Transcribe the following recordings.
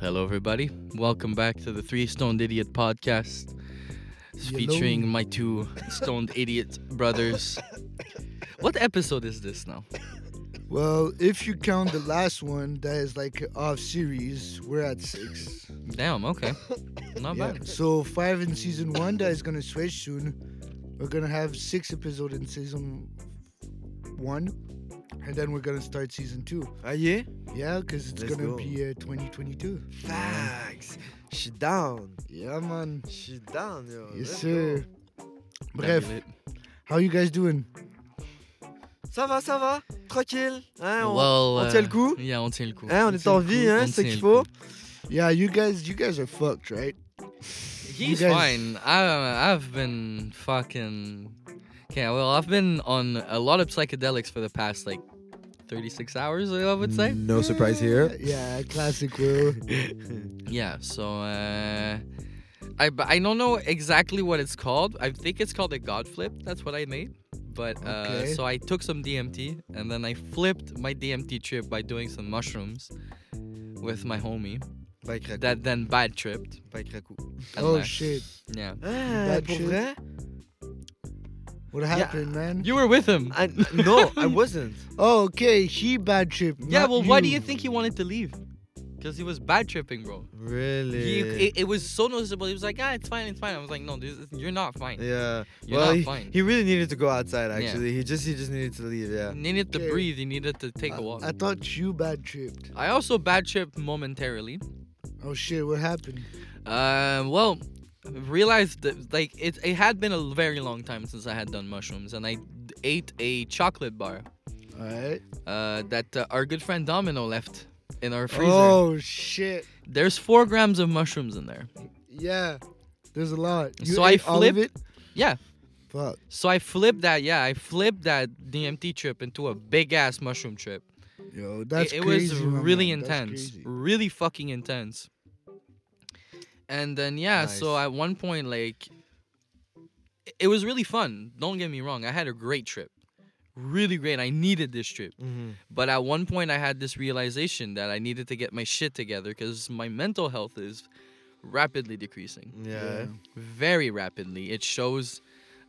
Hello, everybody. Welcome back to the Three Stoned Idiot podcast, It's Hello. featuring my two stoned idiot brothers. What episode is this now? Well, if you count the last one that is like off series, we're at six. Damn. Okay. Not Yeah, bad. So five in season one that is gonna switch soon. We're gonna have six episodes in season one, and then we're gonna start season two. Ah yeah? Yeah, cause it's Let's gonna go. be uh, 2022. Facts. She down. Yeah, man. She down, yo. Yes, Let's sir. go. That'd be Bref, lit. how you guys doing? Ça va, ça va. Tranquille. Hein, Ah, on, Well, on tient uh, le coup. Yeah, on tient le coup. Hein, on est tient en le vie, coup, hein, on c'est tient qu'il le faut. coup. Yeah, you guys, you guys are fucked, right? He's guys- fine. I, uh, I've been fucking. Okay, well, I've been on a lot of psychedelics for the past like 36 hours, I would say. No surprise here. Yeah, classic Will. Yeah, so uh, I but I don't know exactly what it's called. I think it's called a god flip. That's what I made. But uh, Okay. so I took some DMT and then I flipped my DMT trip by doing some mushrooms with my homie Bike Raku. that then bad tripped. Bike Raku. and oh left. shit, Yeah, Ah, Bad pour shit. vrai? what happened, man? you were with him. I, no, I wasn't. Oh, okay, he bad trip. yeah, not well, why do you think he wanted to leave? Because he was bad tripping, bro. He, Really? it, it was so noticeable. He was like, "Ah, it's fine, it's fine." I was like, "No, this is, you're not fine. yeah. You're well, not he, fine." he really needed to go outside. Yeah. Actually, he just he just needed to leave. Yeah. Uh, He needed to Okay. breathe. He needed to take I, a walk. I thought you bad tripped. I also bad tripped momentarily. Oh shit, what happened? Um, well, realized that like it, it had been a very long time since I had done mushrooms, and I d- ate a chocolate bar All right. uh, that uh, our good friend Domino left in our freezer. Oh shit. There's four grams of mushrooms in there. Yeah. There's a lot. So I ate all of flipped- it? Yeah. Fuck. So I flipped that. Yeah, I flipped that DMT trip into a big ass mushroom trip. Yo, It- that's it, crazy. was my really man. That's intense crazy. really fucking intense and then yeah so Nice. at one point like it- it was really fun don't get me wrong i had a great trip really great i needed this trip Mhm. but at one point i had this realization that i needed to get my shit together because my mental health is rapidly decreasing Yeah. very rapidly it shows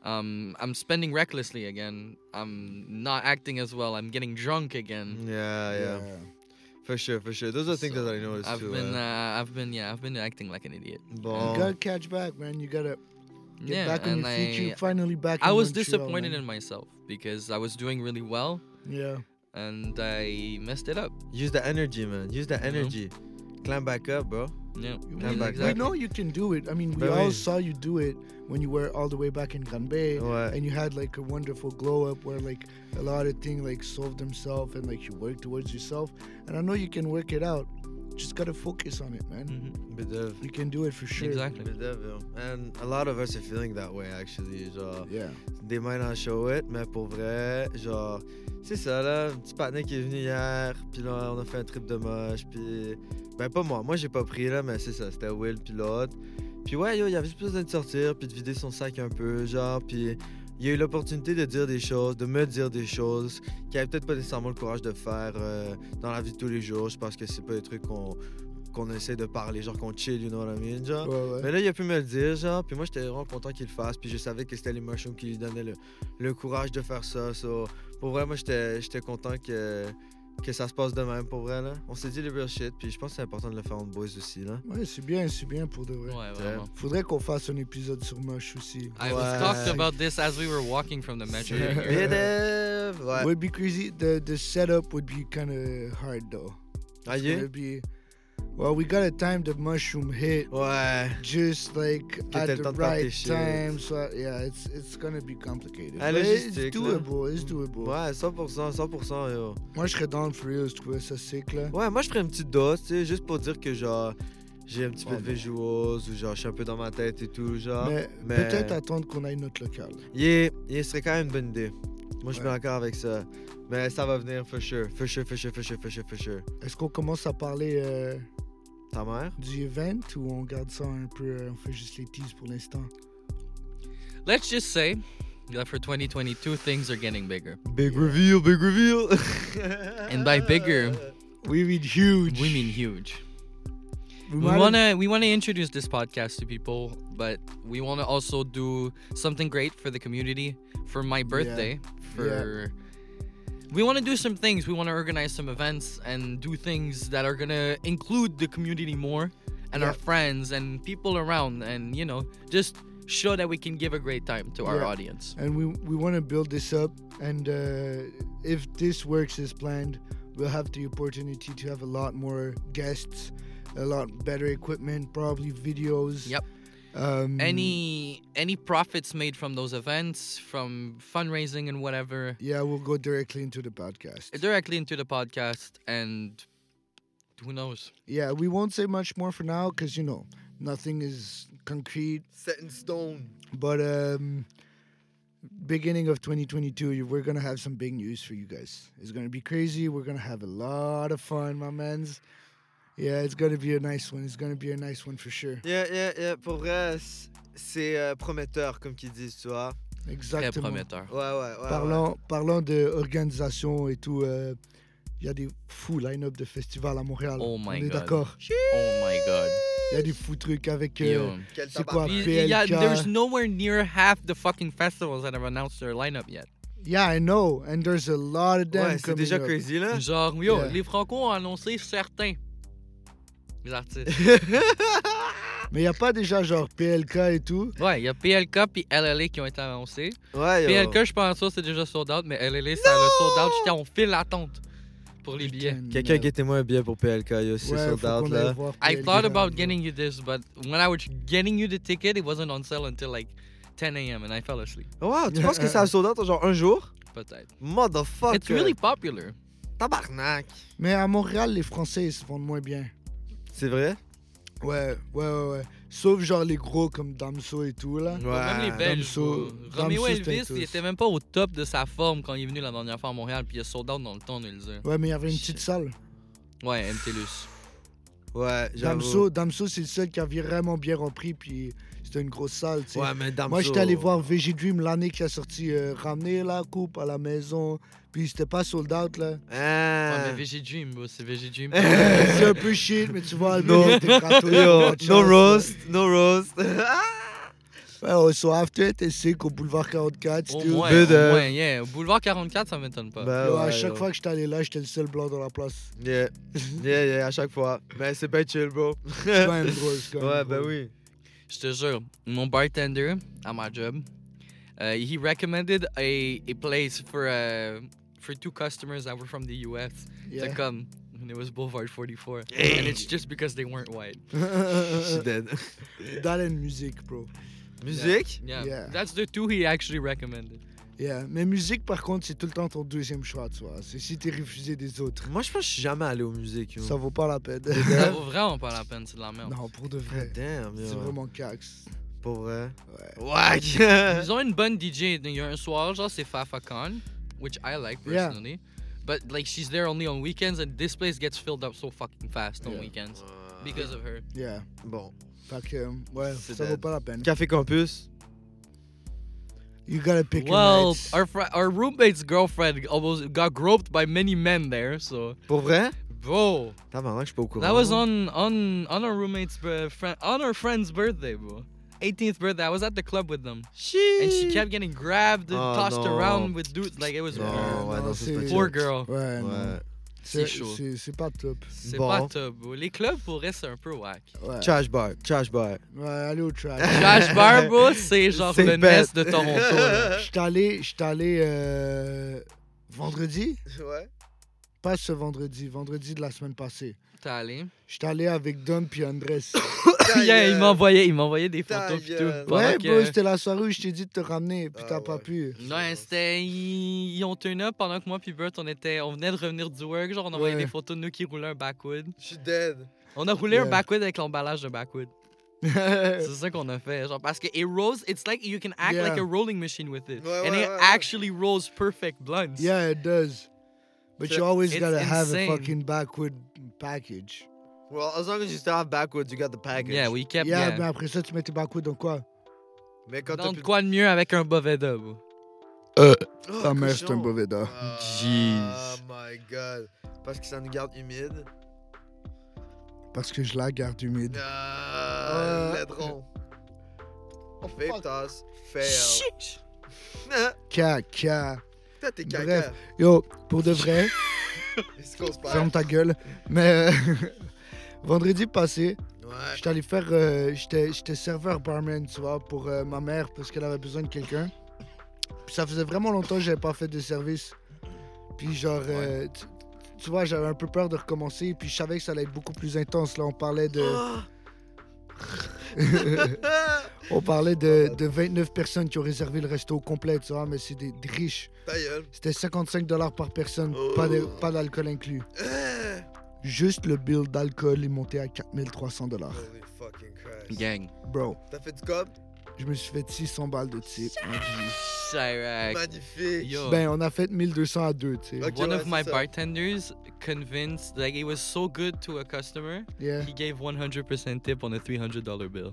um, i'm spending recklessly again i'm not acting as well i'm getting drunk again Yeah. Yeah. um, For sure. For sure. Those are things Mm-hmm. So, that I noticed I've too. been, uh, uh, I've been, yeah, I've been acting like an idiot. bon. You gotta catch back, man. You gotta get yeah, back on and your feet. I, You're finally back. I in was Montreal, disappointed man. in myself because I was doing really well Yeah. and I messed it up. Use the energy, man. Use the know? energy. Climb back up, bro. Yeah, We, yeah, Come back. we know you can do it. I mean, we Ben all oui. saw you do it when you were all the way back in Ganbei, Ouais. and you had like a wonderful glow up where like a lot of things like solved themselves, and like you work towards yourself. And I know you can work it out. Just gotta focus on it, man. Mhm, Bedeuve. You can do it for sure. Exactly. Bedeuve, yo. And a lot of us are feeling that way actually. uh, Genre, Yeah. they might not show it, mais pour vrai, genre, c'est ça là. Un petit patinet qui est venu hier, puis là, on a fait un trip de moche, puis. Ben, pas moi, moi j'ai pas pris là, mais c'est ça, c'était Will, puis l'autre. Puis ouais, yo, il avait juste besoin de sortir, puis de vider son sac un peu, genre, puis. Il y a eu l'opportunité de dire des choses, de me dire des choses qu'il avait peut-être pas nécessairement le courage de faire euh, dans la vie de tous les jours. Je pense que c'est pas des trucs qu'on qu'on essaie de parler, genre qu'on chill, you know what I mean, genre. Ouais, ouais. Mais là, il a pu me le dire, genre, puis moi, j'étais vraiment content qu'il le fasse, puis je savais que c'était les mushrooms qui lui donnaient le, le courage de faire ça. So, pour vrai, moi, j'étais j'étais content que, que ça se passe de même, pour vrai, là. On s'est dit les real shit, puis je pense que c'est important de le faire en boys aussi, là. Ouais, c'est bien, c'est bien pour de Ouais, vrai. vraiment. Faudrait qu'on fasse un épisode sur Mosh aussi. I was Ouais. talked about this as we were walking from the metro. C'est- here. Bédev! Ouais. Would be crazy. The the setup would be kind of hard though. Ah, It's yeah? gonna be. Well, we gotta time the mushroom hit Ouais. just like t'as at le the temps de faire tes right shit. time. So yeah, it's it's gonna be complicated. Ah, But it's logistique, là. doable. It's doable. Ouais, 100%, 100%, yo. Moi, je serais down for real. Je trouvais ça sick là. Ouais, moi, je ferais une petite dose, tu sais, juste pour dire que, genre, j'ai un petit peu Ouais, de bon. visuals, ou genre, je suis un peu dans ma tête et tout, genre. mais Ah, mais- peut-être attendre qu'on aille notre local. Yeah, yeah, ce serait quand même une bonne idée. Moi, je suis Ouais. d'accord avec ça. Mais ça va venir, for sure. For sure, for sure, for sure, for sure, for sure. Est-ce qu'on commence à parler euh, Ta mère? du event ou on garde ça un peu, euh, on fait juste les teas pour l'instant? Let's just say that for 2022 things are getting bigger. Big reveal, big reveal. And by bigger- We read huge. We mean huge. We We might want to we want to introduce this podcast to people, but we want to also do something great for the community for my birthday for We want to do some things. We want to organize some events and do things that are going to include the community more and our friends and people around and you know, just show that we can give a great time to our Yeah. audience. and we we want to build this up and uh, if this works as planned we'll have the opportunity to have a lot more guests a lot better equipment probably videos Yep. um, Any any profits made from those events, from fundraising and whatever, yeah we'll go directly into the podcast directly into the podcast and who knows yeah we won't say much more for now because you know nothing is concrete Set in stone. but um beginning of 2022 you- we're gonna have some big news for you guys it's gonna be crazy we're gonna have a lot of fun my mans yeah it's gonna be a nice one it's gonna be a nice one for sure Yeah, yeah, yeah. Pour vrai, c- c'est euh, prometteur, comme qu'ils disent, tu vois. très exactement prometteur. Ouais, ouais, ouais. ouais. parlons parlons de organisation et tout euh, il y a des fous line-up de festivals à Montréal Oh on my est God. d'accord Oh my god. il y a des fous trucs avec euh, Yo. Quel C'est quoi, tabarnak. Y- PLK. Yeah, there's nowhere near half the fucking festivals that have announced their lineup yet. yeah I know and there's a lot of them Ouais, c'est déjà coming up. crazy, là. Genre, yo, Yeah. les Franco ont annoncé certains les artistes. mais il y a pas déjà genre PLK et tout Ouais, il y a PLK puis LLA qui ont été annoncés. ouais, yo. PLK, je pense que c'est déjà sold out, mais LLA, ça le sold out. J'étais en file attente pour les billets. Putain, Quelqu'un, merde. guettez-moi un billet pour PLK, yo. C'est Ouais, sold faut qu'on out, aille là. voir I PLK. thought about getting you this, but when I was getting you the ticket, it wasn't on sale until like 10 a.m. and I fell asleep. Oh, wow, tu penses que ça a sold out en genre un jour? Peut-être. Motherfucker. uh, It's really popular. Tabarnak. Mais à Montréal, les Français, ils se vendent moins bien. C'est vrai? Ouais, ouais, ouais, ouais. Sauf genre les gros comme Damso et tout, là. Même les Belges. Damso- euh, Romeo Damso, Elvis, c'était un il tous. était même pas au top de sa forme quand il est venu la dernière fois à Montréal, puis il a sold out dans le temps, on est le dire. Ouais, mais il y avait une Shit. petite salle. Ouais, MTLUS. Ouais, j'avoue. Damso, Damso c'est le seul qui a vraiment bien repris, puis c'était une grosse salle, tu sais. Ouais, mais Damso. Moi, j'étais allé voir VG Dream l'année qui a sorti euh, Ramener la coupe à la maison, puis c'était pas sold out, là. Ouais, mais Ah. VG Dream, bro, c'est VG Dream. c'est un peu shit, mais tu vois, No. Albert était gratos, il y avait Yo, pas de no chance. roast, no roast. Ouais, au So After, t'es sick au boulevard 44, au c'était au- moins, Bud, au euh, moins, yeah. Boulevard 44, ça m'étonne pas. Bah Yo, ouais, à chaque yo. fois que j'étais allé là, j'étais le seul blanc dans la place. Yeah. yeah, yeah, à chaque fois. Mais c'est pas chill, bro. C'est quand même drôle, c'est quand même Ouais, bah drôle. oui. Je te jure, mon bartender at my job, uh, he recommended a, a place for uh, for two customers that were from the US to Yeah. come. And it was Boulevard 44. And it's just because they weren't white. Je Euh, suis dead. Dans la musique, bro. Musique? Yeah. Yeah. That's the two he actually recommended. Yeah. Mais musique, par contre, c'est tout le temps ton deuxième choix, tu vois. C'est si t'es refusé des autres. Moi, je pense que je suis jamais allé aux musiques, yo. Ça vaut pas la peine. Ça vaut vraiment pas la peine, c'est de la merde. non, pour de Ah, vrai. damn, C'est yo. vraiment cax. Pour vrai. Ouais. Wack! Ils ont une bonne DJ. Il y a un soir, genre, c'est Fafa Khan, which I like Yeah. personally. But like she's there only on weekends and this place gets filled up so fucking fast on Yeah. weekends because of her. Yeah. Bon. Fait que, euh, ouais, C'est ça vaut dead. pas la peine. Café Campus. You gotta pick your well, nights. our fri our roommate's girlfriend almost got groped by many men there. So, Pour vrai? bro, Tabarnak, je suis pas au courant. that was on on on our roommate's uh, friend on our friend's birthday, bro. 18th birthday. I was at the club with them, and she kept getting grabbed and Oh, tossed no. around with dudes. Like it was Non, weird. ouais, non, ça, c'est pas c'est- Mm. Poor chill. girl. Ouais, non. Ouais. C'est C'est chaud. c'est- C'est pas top. C'est Bon. pas top, bro. Les clubs pourraient c'est un peu whack. Ouais. Trash bar, trash bar. Ouais, allez au track. Josh Bar, bro, c'est genre C'est le bête. Nest de Toronto. là. J'étais allé, j'étais allé euh, vendredi. Ouais. Pas ce vendredi, vendredi de la semaine passée. T'es allé? J'étais allé avec Dom puis Andrés. Yeah, il m'envoyait, il m'envoyait des photos pis tout. gueule. pendant Ouais, que- bro, c'était la soirée où je t'ai dit de te ramener, puis Ah t'as pas ouais. pu. Ouais, c'était. Ils ils ont turn up pendant que moi puis Bert, on, était... on venait de revenir du work. Genre, on envoyait Ouais. des photos de nous qui roulaient un backwood. Je suis dead. On a roulé un Yeah. backwood avec l'emballage de backwood. ouais, C'est ça qu'on a fait. Genre, parce que it rolls, it's like you can act Yeah. like a rolling machine with it. Ouais, And ouais, it ouais, ouais. actually rolls perfect blunts. yeah, it does. But So you always it's gotta have a insane. fucking backward package. Well, as long as you start backwards, you got the package. Yeah, we kept. yeah, Yeah, mais après ça, tu mets tes backward dans quoi Mais quand t'as Donc, plus quoi de mieux avec un Boveda, bro? Oh, Ta mère, c'est cochon. un boveda. Ah, Jeez. my god. Parce que ça nous garde humide. parce que je la garde humide. Ah, Ouais. Ledron. Oh, Fave toss, fail. Chiche. Ah, Caca. Toi, t'es caca. Bref. Yo, pour de vrai, Qu'est-ce qu'on se ferme parle? ta gueule. Mais euh, vendredi passé, Ouais. j'étais allé faire. euh, j'étais j'étais serveur barman, tu vois, pour euh, ma mère parce qu'elle avait besoin de quelqu'un. Puis ça faisait vraiment longtemps que j'avais pas fait de service. Puis genre. euh, tu, tu vois, j'avais un peu peur de recommencer, puis je savais que ça allait être beaucoup plus intense. Là, on parlait de, Ah. on parlait de, de 29 personnes qui ont réservé le resto au complet, tu vois, mais c'est des des riches. Ta gueule. C'était 55 dollars par personne, Oh. pas de- pas d'alcool inclus. Ah. Juste le bill d'alcool est monté à 4300 dollars. Holy fucking Christ. Gang. Bro, T'as fait du cop? je me suis fait 600 balles de type. Chirac. Magnifique. Yo. Ben, on a fait 1200 à deux, tu sais. Ok, One ouais, of c'est my ça. bartenders convinced, like, it was so good to a customer, Yeah. he gave 100% tip on a $300 bill.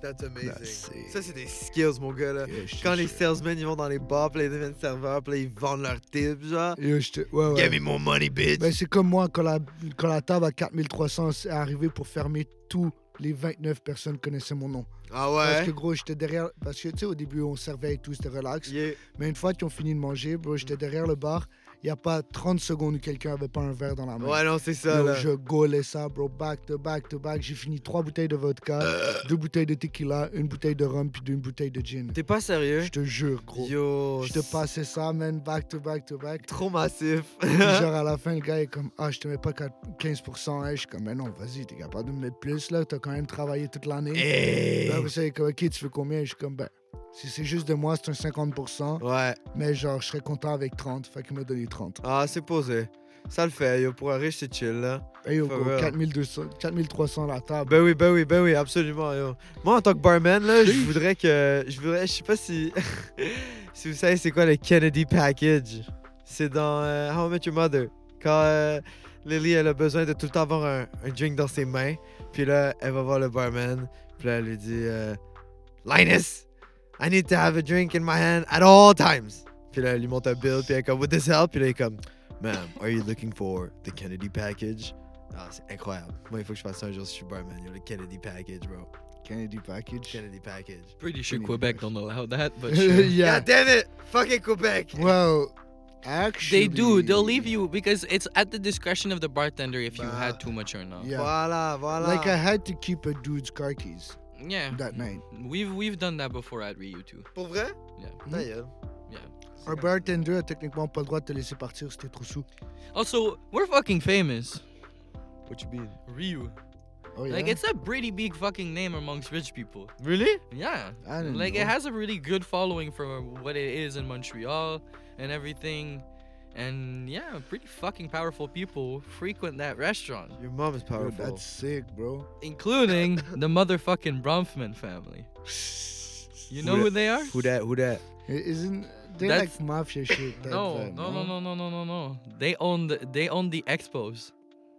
That's amazing. That's it. Ça, c'est des skills, mon gars, là. Yeah, je te Quand les jure. salesmen, ils vont dans les bars, puis là, ils deviennent serveurs, puis là, ils vendent leur tip, genre. Yo, je te... Ouais, Give me ouais. more money, bitch. Ben, c'est comme moi, quand la, quand la table à 4300 est arrivée pour fermer, tous les 29 personnes connaissaient mon nom. ah Parce que, ouais? gros, j'étais derrière... Parce que, tu sais, au début, on servait et tout, c'était relax. Yeah. Mais une fois qu'ils ont fini de manger, bro, j'étais derrière le bar. Il n'y a pas 30 secondes où quelqu'un avait pas un verre dans la main. Ouais, non, c'est ça, Oh Yo, là. je gaulais ça, bro, back to back to back. J'ai fini trois bouteilles de vodka, Euh. deux bouteilles de tequila, une bouteille de rhum, puis une bouteille de gin. T'es pas sérieux? Je te jure, gros. Yo. Je te c'est passais ça, man, back to back to back. Trop massif. Puis genre, à la fin, le gars est comme, ah, je te mets pas 4 15%. hein. Je suis comme, mais non, vas-y, t'es capable de me mettre plus, là. T'as quand même travaillé toute l'année. Eh. Hey. Là, vous savez, comme, ok, tu veux combien? Je suis comme, ben, si c'est juste de moi, c'est un 50%. Ouais. Mais genre, je serais content avec 30. Fait qu'il m'a donné 30. Ah, c'est posé. Ça le fait, yo. Pour un riche, c'est chill, là. Et yo, For gros, real. 4200 4300 la table. Ben oui, ben oui, ben oui, absolument, yo. Moi, en tant que barman, là, je voudrais que... Je voudrais... Je sais pas si... si vous savez c'est quoi le Kennedy Package. C'est dans euh, How I Met Your Mother. Quand euh, Lily, elle a besoin de tout le temps avoir un, un drink dans ses mains. Puis là, elle va voir le barman. Puis là, elle lui dit... euh, Linus, I need to have a drink in my hand at all times. Puis là, elle lui monte un bill. Puis elle est comme, Would this help? Puis là, il est comme, Ma'am, are you looking for the Kennedy Package? Ah, c'est incroyable. Moi, il faut que je fasse ça un jour si je suis barman. Yo, le Kennedy Package, bro. Kennedy package. Kennedy Package. Pretty sure Pretty Quebec much. don't allow that, but sure. yeah. God damn it! Fucking Quebec! Well, They actually, do. They'll leave you because it's at the discretion of the bartender if you had too much or not. Yeah. Voilà, voilà. Like I had to keep a dude's car keys Yeah. that night. We've we've done that before at Ryu too. Pour vrai? Yeah. Ta gueule. Yeah. Un bartender a techniquement pas le droit de te laisser partir si t'es trop sous. Also, we're fucking famous. What you mean? Ryu. Oh yeah. Like it's a pretty big fucking name amongst rich people. Really? Yeah. I didn't Like know. it has a really good following for what it is in Montreal and everything. And yeah, pretty fucking powerful people frequent that restaurant, Your mom is Yo, powerful. that's sick, bro. including the motherfucking Bronfman family. You know who they are? Who that? Who that? I- Isn't they That's- like mafia shit? That No, vibe, no, no, no, no, no, no, no. They own the they own the expos.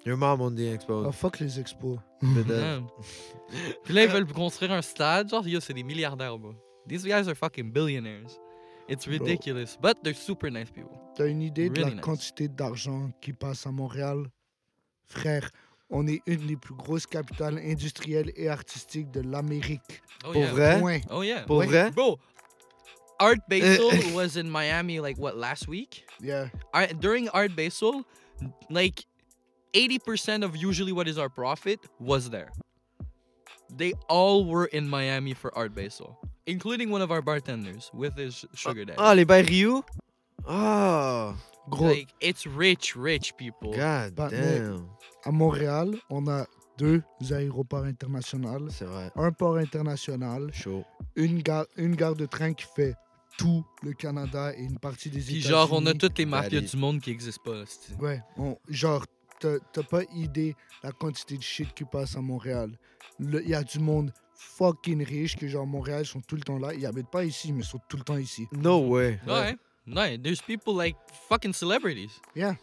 Your mom on the Oh expo. fuck les expos. Peut-être. Yeah. Puis là, ils veulent construire un stade. Genre, yo, c'est des milliardaires, bro. These guys are fucking billionaires. It's ridiculous, but they're super nice people. T'as une idée de la Really nice. quantité d'argent qui passe à Montréal, frère? On est une des plus grosses capitales industrielles et artistiques de l'Amérique. Oh Pour yeah. vrai? Point. Oh yeah. Pour Ouais. vrai? Bro, Art Basel was in Miami like what last week? Yeah. Ar- during Art Basel, like 80% of usually what is our profit was there. They all were in Miami for Art Basel, including one of our bartenders with his sugar daddy. Ah, les bails Ryu? Oh, Gros. Like it's rich, rich people. god Bah, mais- damn. À Montréal, on a deux aéroports internationaux, C'est vrai. un port international, Chaud. une gare, une gare de train qui fait tout le Canada et une partie des Puis États-Unis. genre, on a toutes les mafias Italie. du monde qui existent pas. c'est- Ouais, on- genre, t'as t'as pas idée la quantité de shit qui passe à Montréal. Il y a du monde fucking riche que genre Montréal sont tout le temps là. Ils habitent pas ici, mais sont tout le temps ici. No way. No, eh? No, eh, there's people like fucking celebrities. Yeah.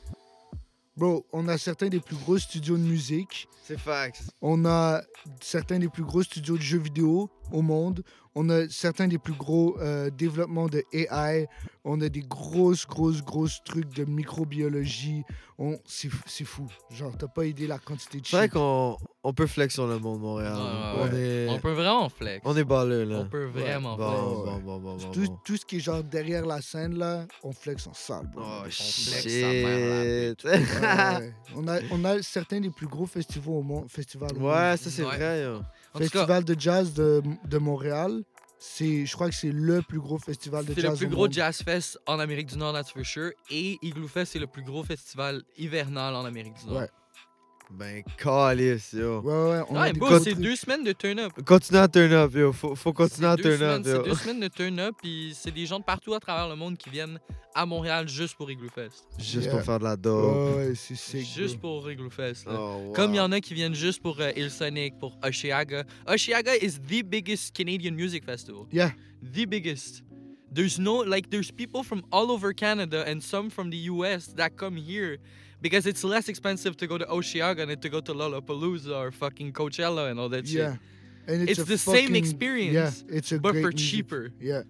Bro, on a certains des plus gros studios de musique. C'est fax. On a certains des plus gros studios de jeux vidéo au monde. On a certains des plus gros euh, développements de AI. On a des grosses, grosses, grosses trucs de microbiologie. On... C'est fou- c'est fou. Genre, t'as pas idée la quantité de C'est vrai shit. qu'on on peut flex sur le monde Montréal. là. Ouais, ouais, on, est, On peut vraiment flex. Euh. on est balleux, là. On peut vraiment bon, flex. bon, Ouais, ouais. bon, bon, bon, Tout, bon. tout ce qui est genre derrière la scène, là, on flex en salle, bro. Ah, Oh, flex sa mère, shit. Ouais, ouais. on, a, on a certains des plus gros festivals au monde. Festivals au ouais, monde. ça, c'est Ouais. vrai, yo. En tout cas, Festival de jazz de, de Montréal. C'est, je crois que c'est le plus gros festival de c'est jazz. le plus au gros monde. jazz fest en Amérique du Nord, that's for sure. Et Igloo Fest, c'est le plus gros festival hivernal en Amérique du Nord. Ouais. Ben, calice, yo. Ouais, ouais. On a Ouais, des bro, gros c'est trucs. deux semaines de turn-up. Continue à turn up, yo. Faut, faut continuer à C'est deux turn up, semaines- C'est deux yo. semaines de turn-up, puis c'est des gens de partout à travers le monde qui viennent à Montréal juste pour Igloo Fest. Juste Yeah. pour faire de la dope. Oh, Ouais, ouais, c'est Ah sick, Juste bro. pour Igloo Fest. là. Oh, wow. Comme il y en a qui viennent juste pour euh, Ilsonic, pour Oshiaga. Oshiaga is the biggest Canadian music festival. Yeah. The biggest. There's no, like, there's people from all over Canada and some from the US that come here because it's less expensive to go to Oshiaga than to go to Lollapalooza or fucking Coachella and all that shit. Yeah. And It's a the same fucking- experience, Yeah, it's a But great for music- cheaper. Yeah,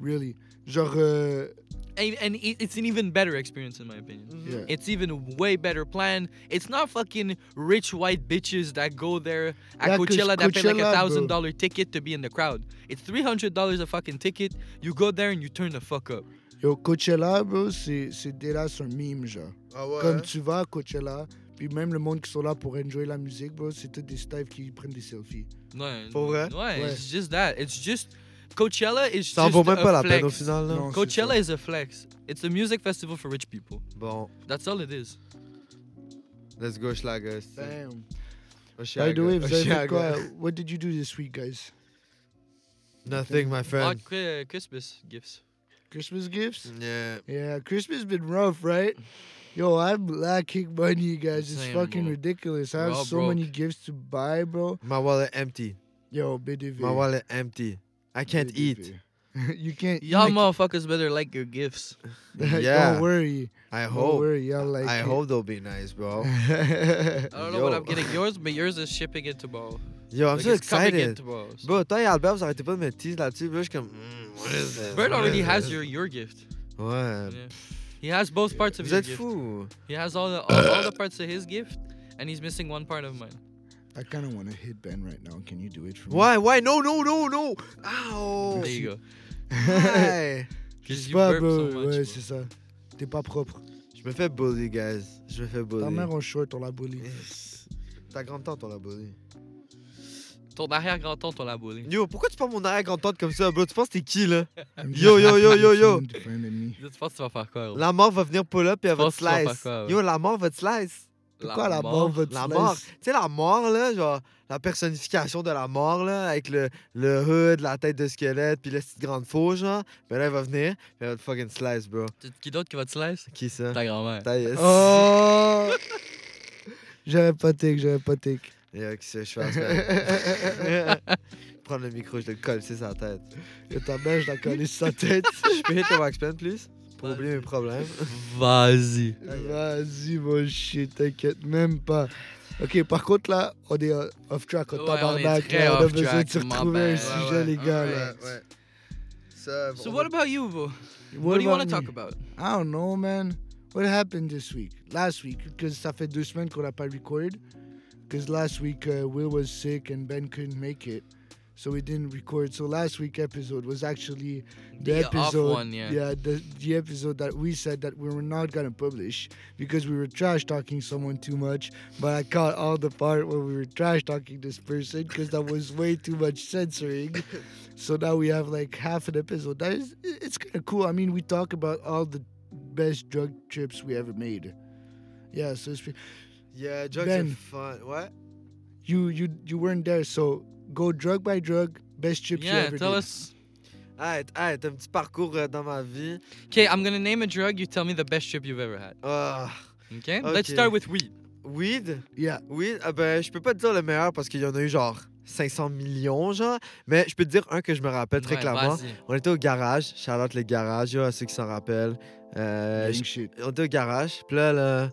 really. Genre, euh, And, and it- it's an even better experience, in my opinion. yeah. It's even way better planned. It's not fucking rich white bitches that go there at Yeah, 'cause Coachella that pay like a Coachella, bro. thousand dollar ticket to be in the crowd. It's three hundred dollars a fucking ticket. You go there and you turn the fuck up. Yo, Coachella, bro, c'est c'est déjà un mime, genre. Ah ouais, Comme hein? tu vas à Coachella, puis même le monde qui sont là pour enjoy la musique, bro, c'est tous des staffs qui prennent des selfies. No, Pour vrai? no, it's just that. It's just Coachella is Ça en just vaut même a pas la peine au flex. final, là. Non, c'est Coachella ça. is a flex. It's a music festival for rich people. Bon, That's all it is. let's go, Schlager. Ben, Oh, Damn. Oshiaga, By the way, vous avez fait Oshiaga. quoi? What did you do this week, guys? Nothing, my Oh, friend. cri- Christmas gifts. Christmas gifts? Yeah. Yeah, Christmas been rough, right? Yo, I'm lacking money, guys. It's Same, fucking bro. ridiculous. I We're have all so broke. many gifts to buy, bro. My wallet empty. Yo, BDV. My wallet empty. I can't eat. you can't eat. Y'all motherfuckers better like your gifts. Yeah. Don't worry. I Don't hope. worry. Y'all like I it. hope they'll be nice, bro. I don't know what Yo. I'm getting yours, but yours is shipping it tomorrow. Yo, I'm Like, so it's coming in excited. tomorrow. so- Bro, toi et Albert, vous arrêtez pas de me tease là-dessus. Bro, je suis comme. Mm, what is this? Bird What already is has this? your your gift. Ouais. Yeah. He has both parts of Vous your êtes gift. fous. He has all the all, all the parts of his gift, and he's missing one part of mine. I kind of want to hit Ben right now. Can you do it for me? Why? Why? No, no, no, no. Ow. Oh, There you go. Je Hi. Because sais you pas, burp bro. so much. ouais, bro. c'est ça. T'es pas propre. Je me fais bully, guys. Je me fais bully. Ta mère en short, on l'a bully. Yes. Ta grande-tante, on l'a bully. Ton arrière-grand-tante, on l'a bully. Yo, pourquoi tu parles mon arrière-grande-tante comme ça, bro? Tu penses t'es qui, là? Yo, yo, yo, yo, yo. Tu penses que tu vas faire quoi, gros? La mort va venir pull-up et elle Je va te pense qu'ils vont faire slice. quoi, ouais. Yo, la mort va te slice. Pourquoi la mort va te La mort. Tu sais, la mort, là, genre, la personnification de la mort, là, avec le, le hood, la tête de squelette, puis la petite grande faux, genre. Ben là, elle va venir, puis elle va te fucking slice, bro. Tu- Qui d'autre qui va te slice? Qui ça? Ta grand-mère. Ta yes. Oh! J'avais pas take, j'avais pas take. Yo, qu'est-ce que euh, je fasse, man? Prendre le micro, je le colle, c'est sa tête. Que ta mère, je la collais sur sa tête. Je peux hit le wax pen, please? Pour oublier mes problèmes. Vas-y. Vas-y, mon shit, t'inquiète même pas. Ok, par contre, là, on est euh, off track, on Ouais, on est tabarnak. très là, on a off besoin de track, se my retrouver un bad. sujet, Ouais, ouais, les gars. alright. Là. ouais. Ça, So on- what about you, bro? What, do you about want to me? talk about? I don't know, man. What happened this week? Last week, because ça fait deux semaines qu'on n'a pas recorded. Because last week, uh, Will was sick and Ben couldn't make it. So we didn't record. So last week episode was actually the, The off episode, one, yeah. the, the episode that we said that we were not gonna publish because we were trash talking someone too much. But I caught all the part where we were trash talking this person because that was way too much censoring. So now we have like half an episode. That is, i- it's kind of cool. I mean, we talk about all the best drug trips we ever made. Yeah, so it's, pre- Yeah, drugs Ben. are fun. What? you you you weren't there, so go drug by drug, best trips you Yeah, ever tell did. us. Arrête, arrête, un petit parcours euh, dans ma vie. Okay, I'm gonna name a drug. You tell me the best trip you've ever had. Ah. Okay? Let's Okay. start with weed. Weed? Yeah, Oui, ah ben, je peux pas te dire le meilleur parce qu'il y en a eu genre 500 millions, genre. Mais je peux te dire un que je me rappelle très Ouais, clairement. vas-y. On était au garage. Charlotte, le garage, yo, à ceux qui s'en rappellent. Euh, gang je- shit. on était au garage. Puis là, là,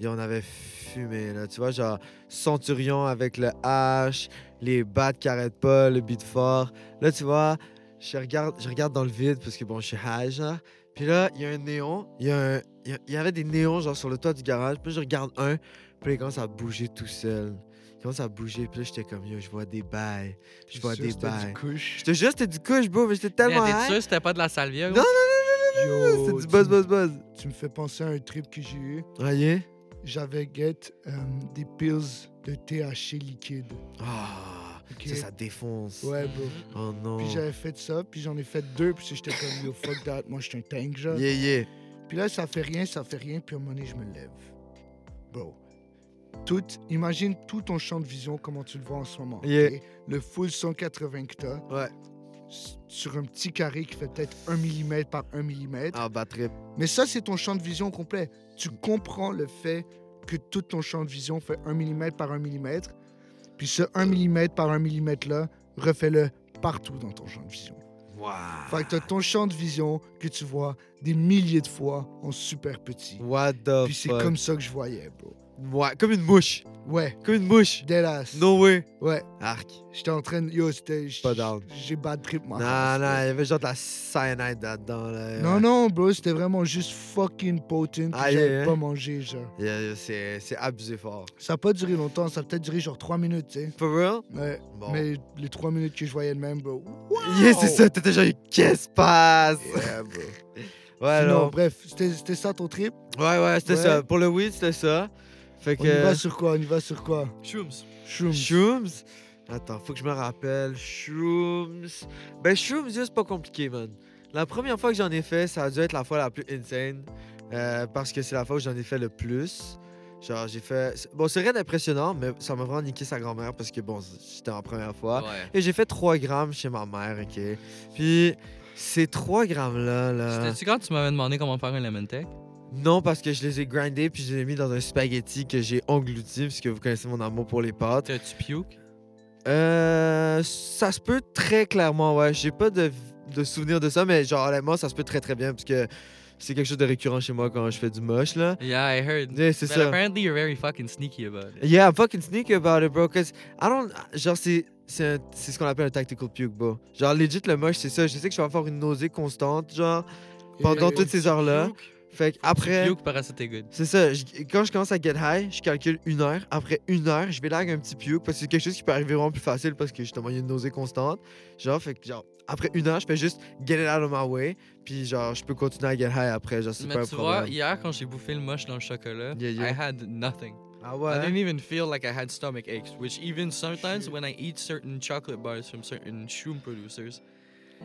Et on avait fumé, là. Tu vois, genre Centurion avec le H, les battes qui arrêtent pas, le beat fort. Là, tu vois, je regarde, je regarde dans le vide parce que bon, je suis high, genre. Puis là, il y a un néon. Il y, a un- il y a- il y avait des néons, genre, sur le toit du garage. Puis je regarde un. Puis là, il commence à bouger tout seul. Il commence à bouger. Puis là, j'étais comme, yo, je vois des bails. Je vois des bails. Je te jure, c'était du couche, bro, mais j'étais tellement T'es high. sûr c'était pas de la salvia? Non, gros? C'était du buzz, buzz, buzz. Oh, Tu me fais penser à un trip que j'ai eu. Voyez? J'avais get euh, des pills de THC liquide. Ah, ok? ça, ça défonce. Ouais, bro. Oh non. Puis j'avais fait ça, puis j'en ai fait deux, puis j'étais comme, yo, fuck that, moi, je suis un tank, genre. Yeah, yeah. Puis là, ça fait rien, ça fait rien, puis à un moment donné, je me lève. Bro. Tout, imagine tout ton champ de vision, comment tu le vois en ce moment. ok? Yeah. Le full 180 que t'as, Ouais. s- sur un petit carré qui fait peut-être 1 mm par 1 mm. Ah, bah, trip. Mais ça, c'est ton champ de vision complet. Tu comprends le fait que tout ton champ de vision fait 1 mm par 1 mm. Puis ce 1 mm par 1 mm là, refais-le partout dans ton champ de vision. Wow. Fait que t'as ton champ de vision que tu vois des milliers de fois en super petit. What the Puis c'est fuck? comme ça que je voyais, bro. Ouais, comme une mouche. Ouais, Comme une mouche. délas. No way. Ouais, Arc. j'étais en train de... Yo, c'était... j- Pas down. J'ai bad trip, moi. Non, non, il y avait genre de la cyanide là-dedans. Là. Non, non, bro, c'était vraiment juste fucking potent. Ah, que yeah, J'avais yeah. pas mangé, genre. Yeah, yeah, c'est c'est abusé fort. Ça a pas duré longtemps, ça a peut-être duré genre 3 minutes, tu sais. For real? Ouais, Bon. mais les 3 minutes que je voyais de même, bah, bro. Yeah, c'est ça, t'étais genre, qu'est-ce qui se passe? Yeah, bro. Ouais, Sinon, non. bah. bref, c'était c'était ça ton trip. Ouais, ouais, c'était Ouais. ça. Pour le weed, c'était ça. Fait On y va que. sur quoi On y va sur quoi Shrooms. Shroom. Shrooms. Attends, faut que je me rappelle. Shrooms. Ben, Shrooms, yo, c'est pas compliqué, man. La première fois que j'en ai fait, ça a dû être la fois la plus insane. euh, parce que c'est la fois où j'en ai fait le plus. Genre, j'ai fait. c'est- Bon, c'est rien d'impressionnant, mais ça m'a vraiment niqué sa grand-mère parce que, bon, c'était en première fois. Ouais. Et j'ai fait 3 grammes chez ma mère, ok? Puis, ces 3 grammes-là, là. C'était-tu quand tu m'avais demandé comment faire un lemon tech? Non, parce que je les ai grindés puis je les ai mis dans un spaghetti que j'ai englouti, puisque vous connaissez mon amour pour les pâtes. Tu puke? Euh, ça se peut très clairement, ouais. J'ai pas de, de souvenir de ça, mais genre, honnêtement, ça se peut très très bien parce que c'est quelque chose de récurrent chez moi quand je fais du moche, là. Yeah, I heard. Yeah, c'est But ça. apparently you're very fucking sneaky about it. Yeah, I'm fucking sneaky about it, bro. Cause I don't. Genre, c'est. C'est un- c'est ce qu'on appelle un tactical puke, bro. Genre, legit, le moche, c'est ça. Je sais que je vais avoir une nausée constante, genre, pendant ben, toutes ces heures-là. Fait que après. Puke paracetic good. C'est ça. je- quand je commence à get high, je calcule une heure. Après une heure, je vais lag un petit puke parce que c'est quelque chose qui peut arriver vraiment plus facile parce que justement, il y a une nausée constante. Genre, fait que genre, après une heure, je fais juste get it out of my way. Puis genre, je peux continuer à get high après. Genre, c'est Mais pas un tu vois, problème. hier quand j'ai bouffé le moche dans le chocolat, Yeah, yeah. I had nothing. ah I ouais? didn't even feel like I had stomach aches, which even sometimes Shit. when I eat certain chocolate bars from certain shroom producers,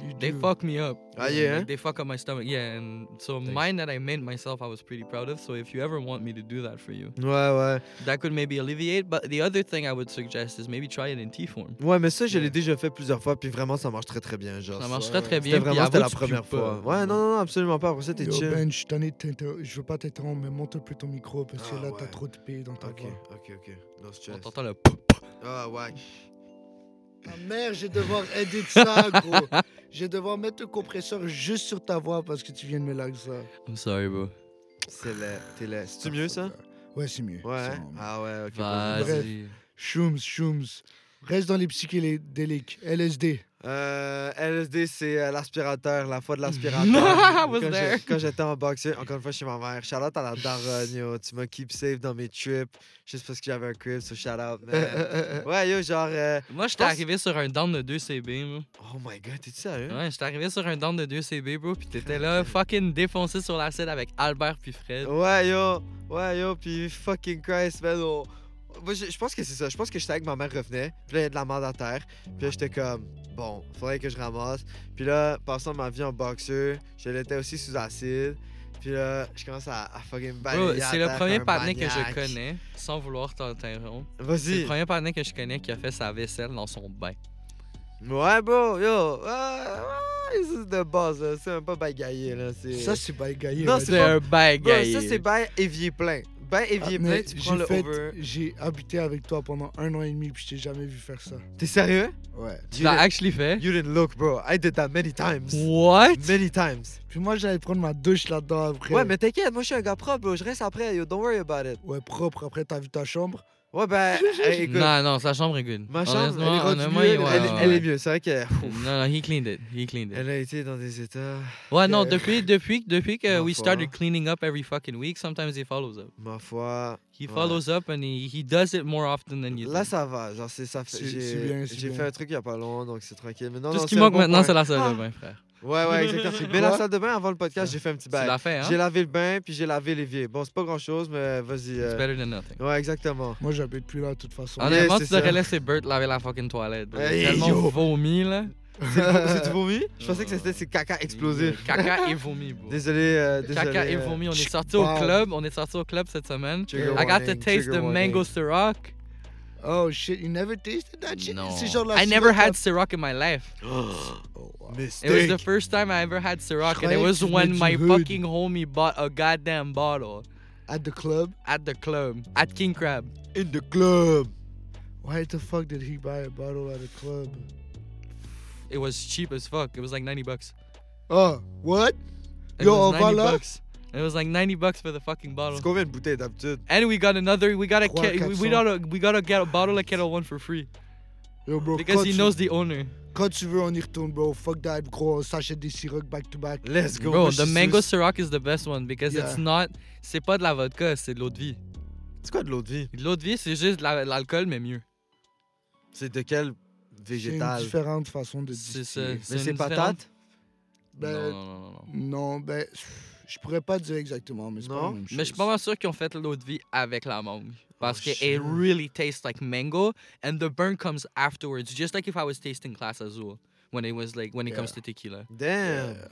You they do. fuck me up. Ah, yeah, Like, hein? They fuck up my stomach. Yeah, and so Thanks. mine that I made myself, I was pretty proud of. So if you ever want me to do that for you, Ouais, that could maybe alleviate. But the other thing I would suggest is maybe try it in tea form. ouais. Ouais, mais ça, je Yeah. l'ai déjà fait plusieurs fois. Puis vraiment, ça marche très très bien. Genre, Ça c'est- marche très ouais. très C'était bien. puis vraiment c'était avoue, la tu première pues pas. fois. Ouais, non, non, absolument pas. Après ça, t'es Yo, chill. Ben, je suis tanné de t'inter- je veux pas t'interrompre, mais monte un peu ton micro parce que Ah, là, ouais. t'as trop de paix dans ta Ok, voix. ok, ok. No stress. On t'entend le Ah, ouais. Ta mère, je vais devoir aider de ça, gros. je vais devoir mettre le compresseur juste sur ta voix parce que tu viens de me lag ça. I'm sorry, bro. C'est laid. T'es laid. C'est-tu mieux, ça? Ah, Ouais, c'est mieux. Ouais. c'est hein? vraiment mieux. Ah, ouais, ok. vas-y. Vas-y. Shooms, shooms. Reste dans les psychédéliques. LSD. Euh, LSD, c'est euh, l'aspirateur, la fois de l'aspirateur. I was quand j'ai- there. quand j'étais en boxeur, encore une fois chez ma mère, shout out à la daronne, yo. Tu m'as keep safe dans mes trips, juste parce que j'avais un crib, so shout out, man. ouais, yo, genre. euh, Moi, j'étais pense- arrivé sur un down de 2 CB, moi. Oh my god, t'es-tu sérieux? Ouais, j'étais arrivé sur un down de 2 CB, bro. Puis t'étais là, fucking défoncé sur la scène avec Albert puis Fred. Ouais, yo. Ouais, yo, pis fucking Christ, man. on- Moi, je, je pense que c'est ça. Je pense que j'étais avec ma mère revenait, puis là, il y a de la merde à terre. Puis là, j'étais comme, bon, faudrait que je ramasse. Puis là, passant ma vie en boxeur, je l'étais aussi sous acide. Puis là, je commence à, à fucking Bro, balayer à c'est le terre premier comme un partenaire que je maniaque. connais, sans vouloir t'interrompre. C'est Vas-y. le premier partenaire que je connais qui a fait sa vaisselle dans son bain. Ouais, bro, yo. Ah, ah, c'est de base, là. C'est un peu bagaillé, là. C'est... Ça, c'est pas égaillé. Non, ouais. c'est C'est pas- un bail, Bro, gars. ça, c'est bail évier plein. Ben, évier Ah, mais plein, tu prends j'ai le fait- over. J'ai habité avec toi pendant un an et demi, puis je t'ai jamais vu faire ça. T'es sérieux? Bah, Ouais. Tu l'as actually fait? You didn't look, bro. I did that many times. What? Many times. Puis moi, j'allais prendre ma douche là-dedans après. Ouais, mais t'inquiète, moi je suis un gars propre, bro. Je reste après, yo. Don't worry about it. Ouais, propre. Après, t'as vu ta chambre. Ouais, ben, hey, écoute. Non, non, sa chambre est good. Ma chambre, elle est Honnêtement, rendue honnêtement, mieux, ouais, elle, est- ouais, elle est ouais. mieux. C'est vrai que. ouf, Non, non, he cleaned it. He cleaned it. Elle a été dans des états. Ouais, non, Yeah. depuis, depuis, depuis que Ma we foi. started cleaning up every fucking week, sometimes he follows up. Ma foi. He Ouais. follows up and he, he does it more often than you Là, think. ça va. Genre, c'est ça. fait- C'est- c'est bien, J'ai c'est j'ai bien. fait un truc il y a pas longtemps, donc c'est tranquille. Mais non, Tout non, ce qui c'est un manque bon maintenant, point. c'est la salle Ah. de bain, frère. Ouais, ouais, exactement. Mais la Ouais. salle de bain, avant le podcast, j'ai fait un petit Tu bail. l'as fait, hein? J'ai lavé le bain, puis j'ai lavé l'évier. Bon, c'est pas grand chose, mais vas-y. It's euh, better than nothing. Ouais, exactement. Moi, j'habite plus là, de toute façon. Ah, mais- Honnêtement, c'est tu devrais ça. laisser Bert laver la fucking toilette. bro. Hey, tellement yo. vomi, là. C'est tout vomi? Je pensais que Ouais. c'était ses caca explosifs. Caca et vomi, bro. Désolé, euh, désolé. Caca et euh, vomi. On est sorti au Wow. club. On est sorti au club cette semaine. trigger I got to warning, taste trigger the warning. mango Ciroc. Oh shit, you never tasted Ah, that shit? No. C'est genre la I never cigarette had Ciroc in my life. Oh, wow. It was the Mistake. first time I ever had Ciroc, and it Craig, was you when made my you hood. fucking homie bought a goddamn bottle At the club? at the club at King Crab. In the club. Why the fuck did he buy a bottle at a club? It was cheap as fuck. It was like 90 bucks. Oh, what? It Yo, was on 90 va là? bucks. It was like 90 bucks for the fucking bottle. C'est combien de bouteilles d'habitude? And we got another. We got a. Trois, Ke- we, we quatre got a. We got a get a bottle of Kettle One for free Yo, bro, because quand, he tu, knows the owner. quand tu veux, on y retourne, bro. Fuck that, gros. On s'achète des sirops back to back. Let's go. Bro, Moi, the je suis mango sous- Ciroc is the best one because it's Yeah. not. C'est pas de la vodka, c'est de l'eau de vie. C'est quoi de l'eau de vie? L'eau de vie, c'est juste de la- l'alcool mais mieux. C'est de quel C'est une végétal? différente façon de C'est distiller. ça. Mais une c'est différente- patate? Ben, Non, non, non, non, non. Non, ben, pff, je pourrais pas dire exactement, mais c'est pas Non. la même chose. Mais je suis pas mal sûr qu'ils ont fait l'eau de vie avec la mangue. Parce que it shit. really tastes like mango and the burn comes afterwards, just like if I was tasting Class Azul when it was like when it comes to tequila. Damn. Yeah. Euh,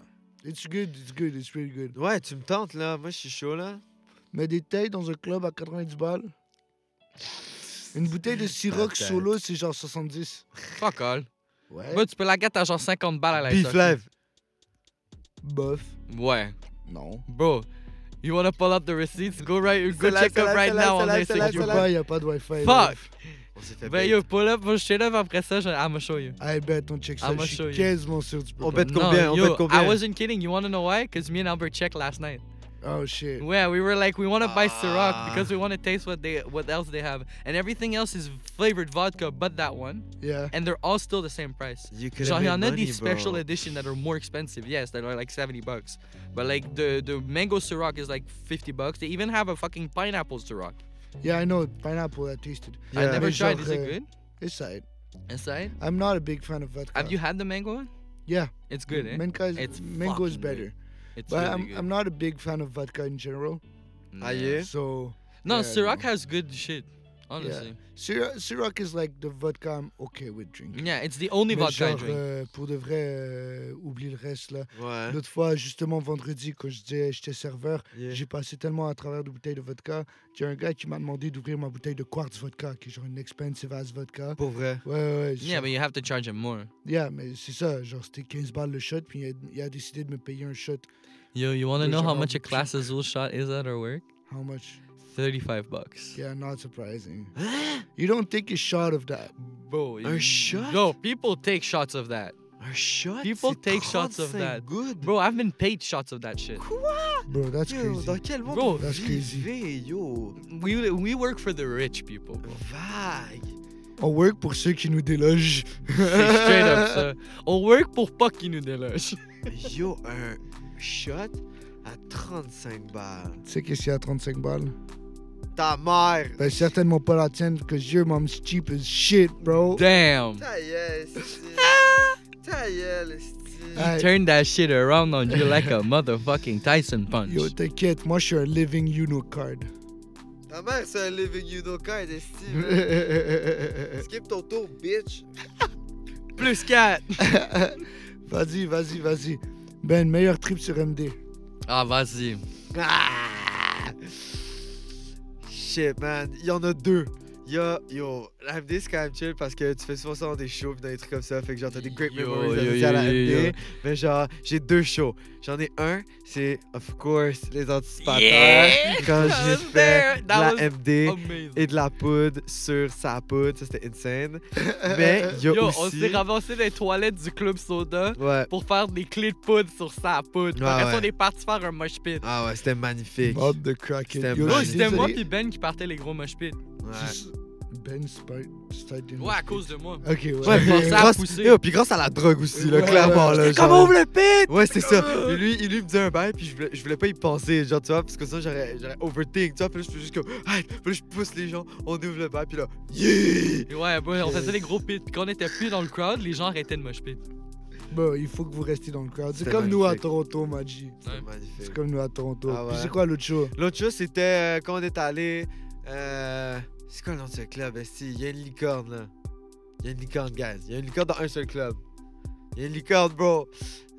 It's good, it's good, it's really good. Ouais, tu me tentes là. Moi, je suis chaud là. Mais des tailles dans un club à 90 balles. Une bouteille de Ciroc Peut-être. solo, c'est genre 70. Fuck all. Ouais. Bah, tu peux la gâter à genre 50 balles à la Beef SOC. live. Bof. Ouais, Non. bro. You wanna pull up the receipts? Go right, go Celle-là, check up celle-là, right celle-là, now on celle-là, their celle-là, secure. Y'a celle-là. pas, y a pas de Wi-Fi. là. Fuck. On s'est fait Ben payer. yo, pull up, pull straight up après ça, je- I'ma show you. I bet, on Ben, check ça. I'ma Je show suis you. Oh, ben, quasiment sûr que tu peux On pas. bet combien? On yo, bet combien? I wasn't kidding. You wanna know why? Cause me and Albert checked last night. Oh shit. Yeah, we were like, we want to buy Ciroc Ah. because we want to taste what they, what else they have, and everything else is flavored vodka, but that one, Yeah. and they're all still the same price. You could Genre, have il y en made a money, des special bro. edition that are more expensive, yes, that are like 70 bucks. But like the the mango Ciroc is like 50 bucks. They even have a fucking pineapple Ciroc. Yeah, I know. Pineapple, I tasted. I Yeah. never Mais tried. genre, Is it euh, good? It's alright. Inside? I'm not a big fan of vodka. Have you had the mango one? Uh, Yeah. It's good, eh? Mango is, It's mango is fucking better. It's But really I'm, good. I'm not a big fan of vodka in general. Yeah. Ah, yeah? So, No, Yeah, Ciroc no. has good shit. Honestly. Ciro- Ciroc is like the vodka I'm okay with Yeah, drinking. it's the only Mais Mm. vodka I genre, drink. euh, pour de vrai, euh, oublie le reste là. Ouais. L'autre fois, justement vendredi, quand je disais j'étais serveur, Yeah. j'ai passé tellement à travers de bouteilles de vodka qu'il y a un gars qui m'a demandé d'ouvrir ma bouteille de quartz vodka, qui est genre une expensive ass vodka. Pour vrai. Ouais, ouais, ouais. Yeah, genre- but you have to charge him more. Yeah, mais c'est ça, genre c'était 15 balles le shot, puis il a, il a décidé de me payer un shot. Yo, you want to Those know are how all much a the class Azul shot is at our work? How much? 35 bucks. Yeah, not surprising. You don't take a shot of that. Bro, Un shot? Yo, people take shots of that. Un shot? People c'est take shots of 35 that. Good. Bro, I've been paid shots of that shit. Bro, that's Yo, crazy. dans quel monde Bro, vous that's crazy. vivez, yo? We we work for the rich people. bro. Vague. On work pour ceux qui nous délogent. C'est straight up ça. On work pour pas qu'ils nous délogent. Yo, un shot à 35 balles. Tu sais qu'est-ce qu'il y a à 35 balles? Ta mère! Ben certainement pas la tienne, because your mom's cheap as shit, bro. Damn. Ta gueule, esti. Ta gueule, esti. Hey, Turn that shit around on you like a motherfucking Tyson punch. Yo, t'inquiète, moi je suis un living Uno card. Ta mère, c'est un living Uno card, esti. man. vas-y, Skip ton tour, bitch. Plus 4. vas-y, vas-y. Ben, meilleur trip sur MD. Ah, vas-y. Ah! Shit, man. Il y en a deux. Yo, yo, la MD c'est quand même chill parce que tu fais souvent ça dans des shows pis dans des trucs comme ça. Fait que genre t'as des great Yo, memories yo, associées yo, à la yo, MD. yo. Mais genre, j'ai deux shows. J'en ai un, c'est of course les anticipateurs. Yeah, quand I j'ai was fait there. de That la was MD Amazing. et de la poudre sur sa poudre. Ça c'était insane. Mais il y a Yo, on aussi. s'est ramassé dans les toilettes du club soda ouais. pour faire des clés de poudre sur sa poudre. Ouais, Après ça, Ah, ouais. on est parti faire un mosh pit. Ah ouais, c'était magnifique. Bob the Kraken. C'était Yo, Yo, Ouais, c'était désolé. moi puis Ben qui partait les gros mosh pits. Ouais. Juste Ben Spike. Spike Ouais, à cause de moi. Euh, Ok, ouais. Ouais, Ok, bon, ouais. ça- a grâce, poussé. yo, puis grâce à la drogue aussi, là, Ouais, clairement. ouais. là, C'était genre- comme ouvre le pit! Ouais, c'est ça. Et Lui, il lui me dit un bail, puis je voulais, je voulais pas y penser, genre, tu vois, parce que sinon j'aurais, j'aurais overthink, tu vois, puis là, je fais juste comme, ah, puis là, je pousse les gens, on ouvre le bail, puis là, yeah! Ouais, ouais, on faisait les gros pits. Puis Quand on était plus dans le crowd, les gens arrêtaient de mosh pit. Bon, il faut que vous restiez dans le crowd. C'est C'était comme nous à magnifique. Toronto, Maji. Ouais. C'est magnifique. C'est comme nous à Toronto. Ah Puis ouais. c'est quoi l'autre show L'autre chose, c'était euh, quand on est allé, euh, c'est quoi le nom de ce club, esti? Il y a une licorne, là. Il y a une licorne, guys. Il y a une licorne dans un seul club. Il y a une licorne, bro.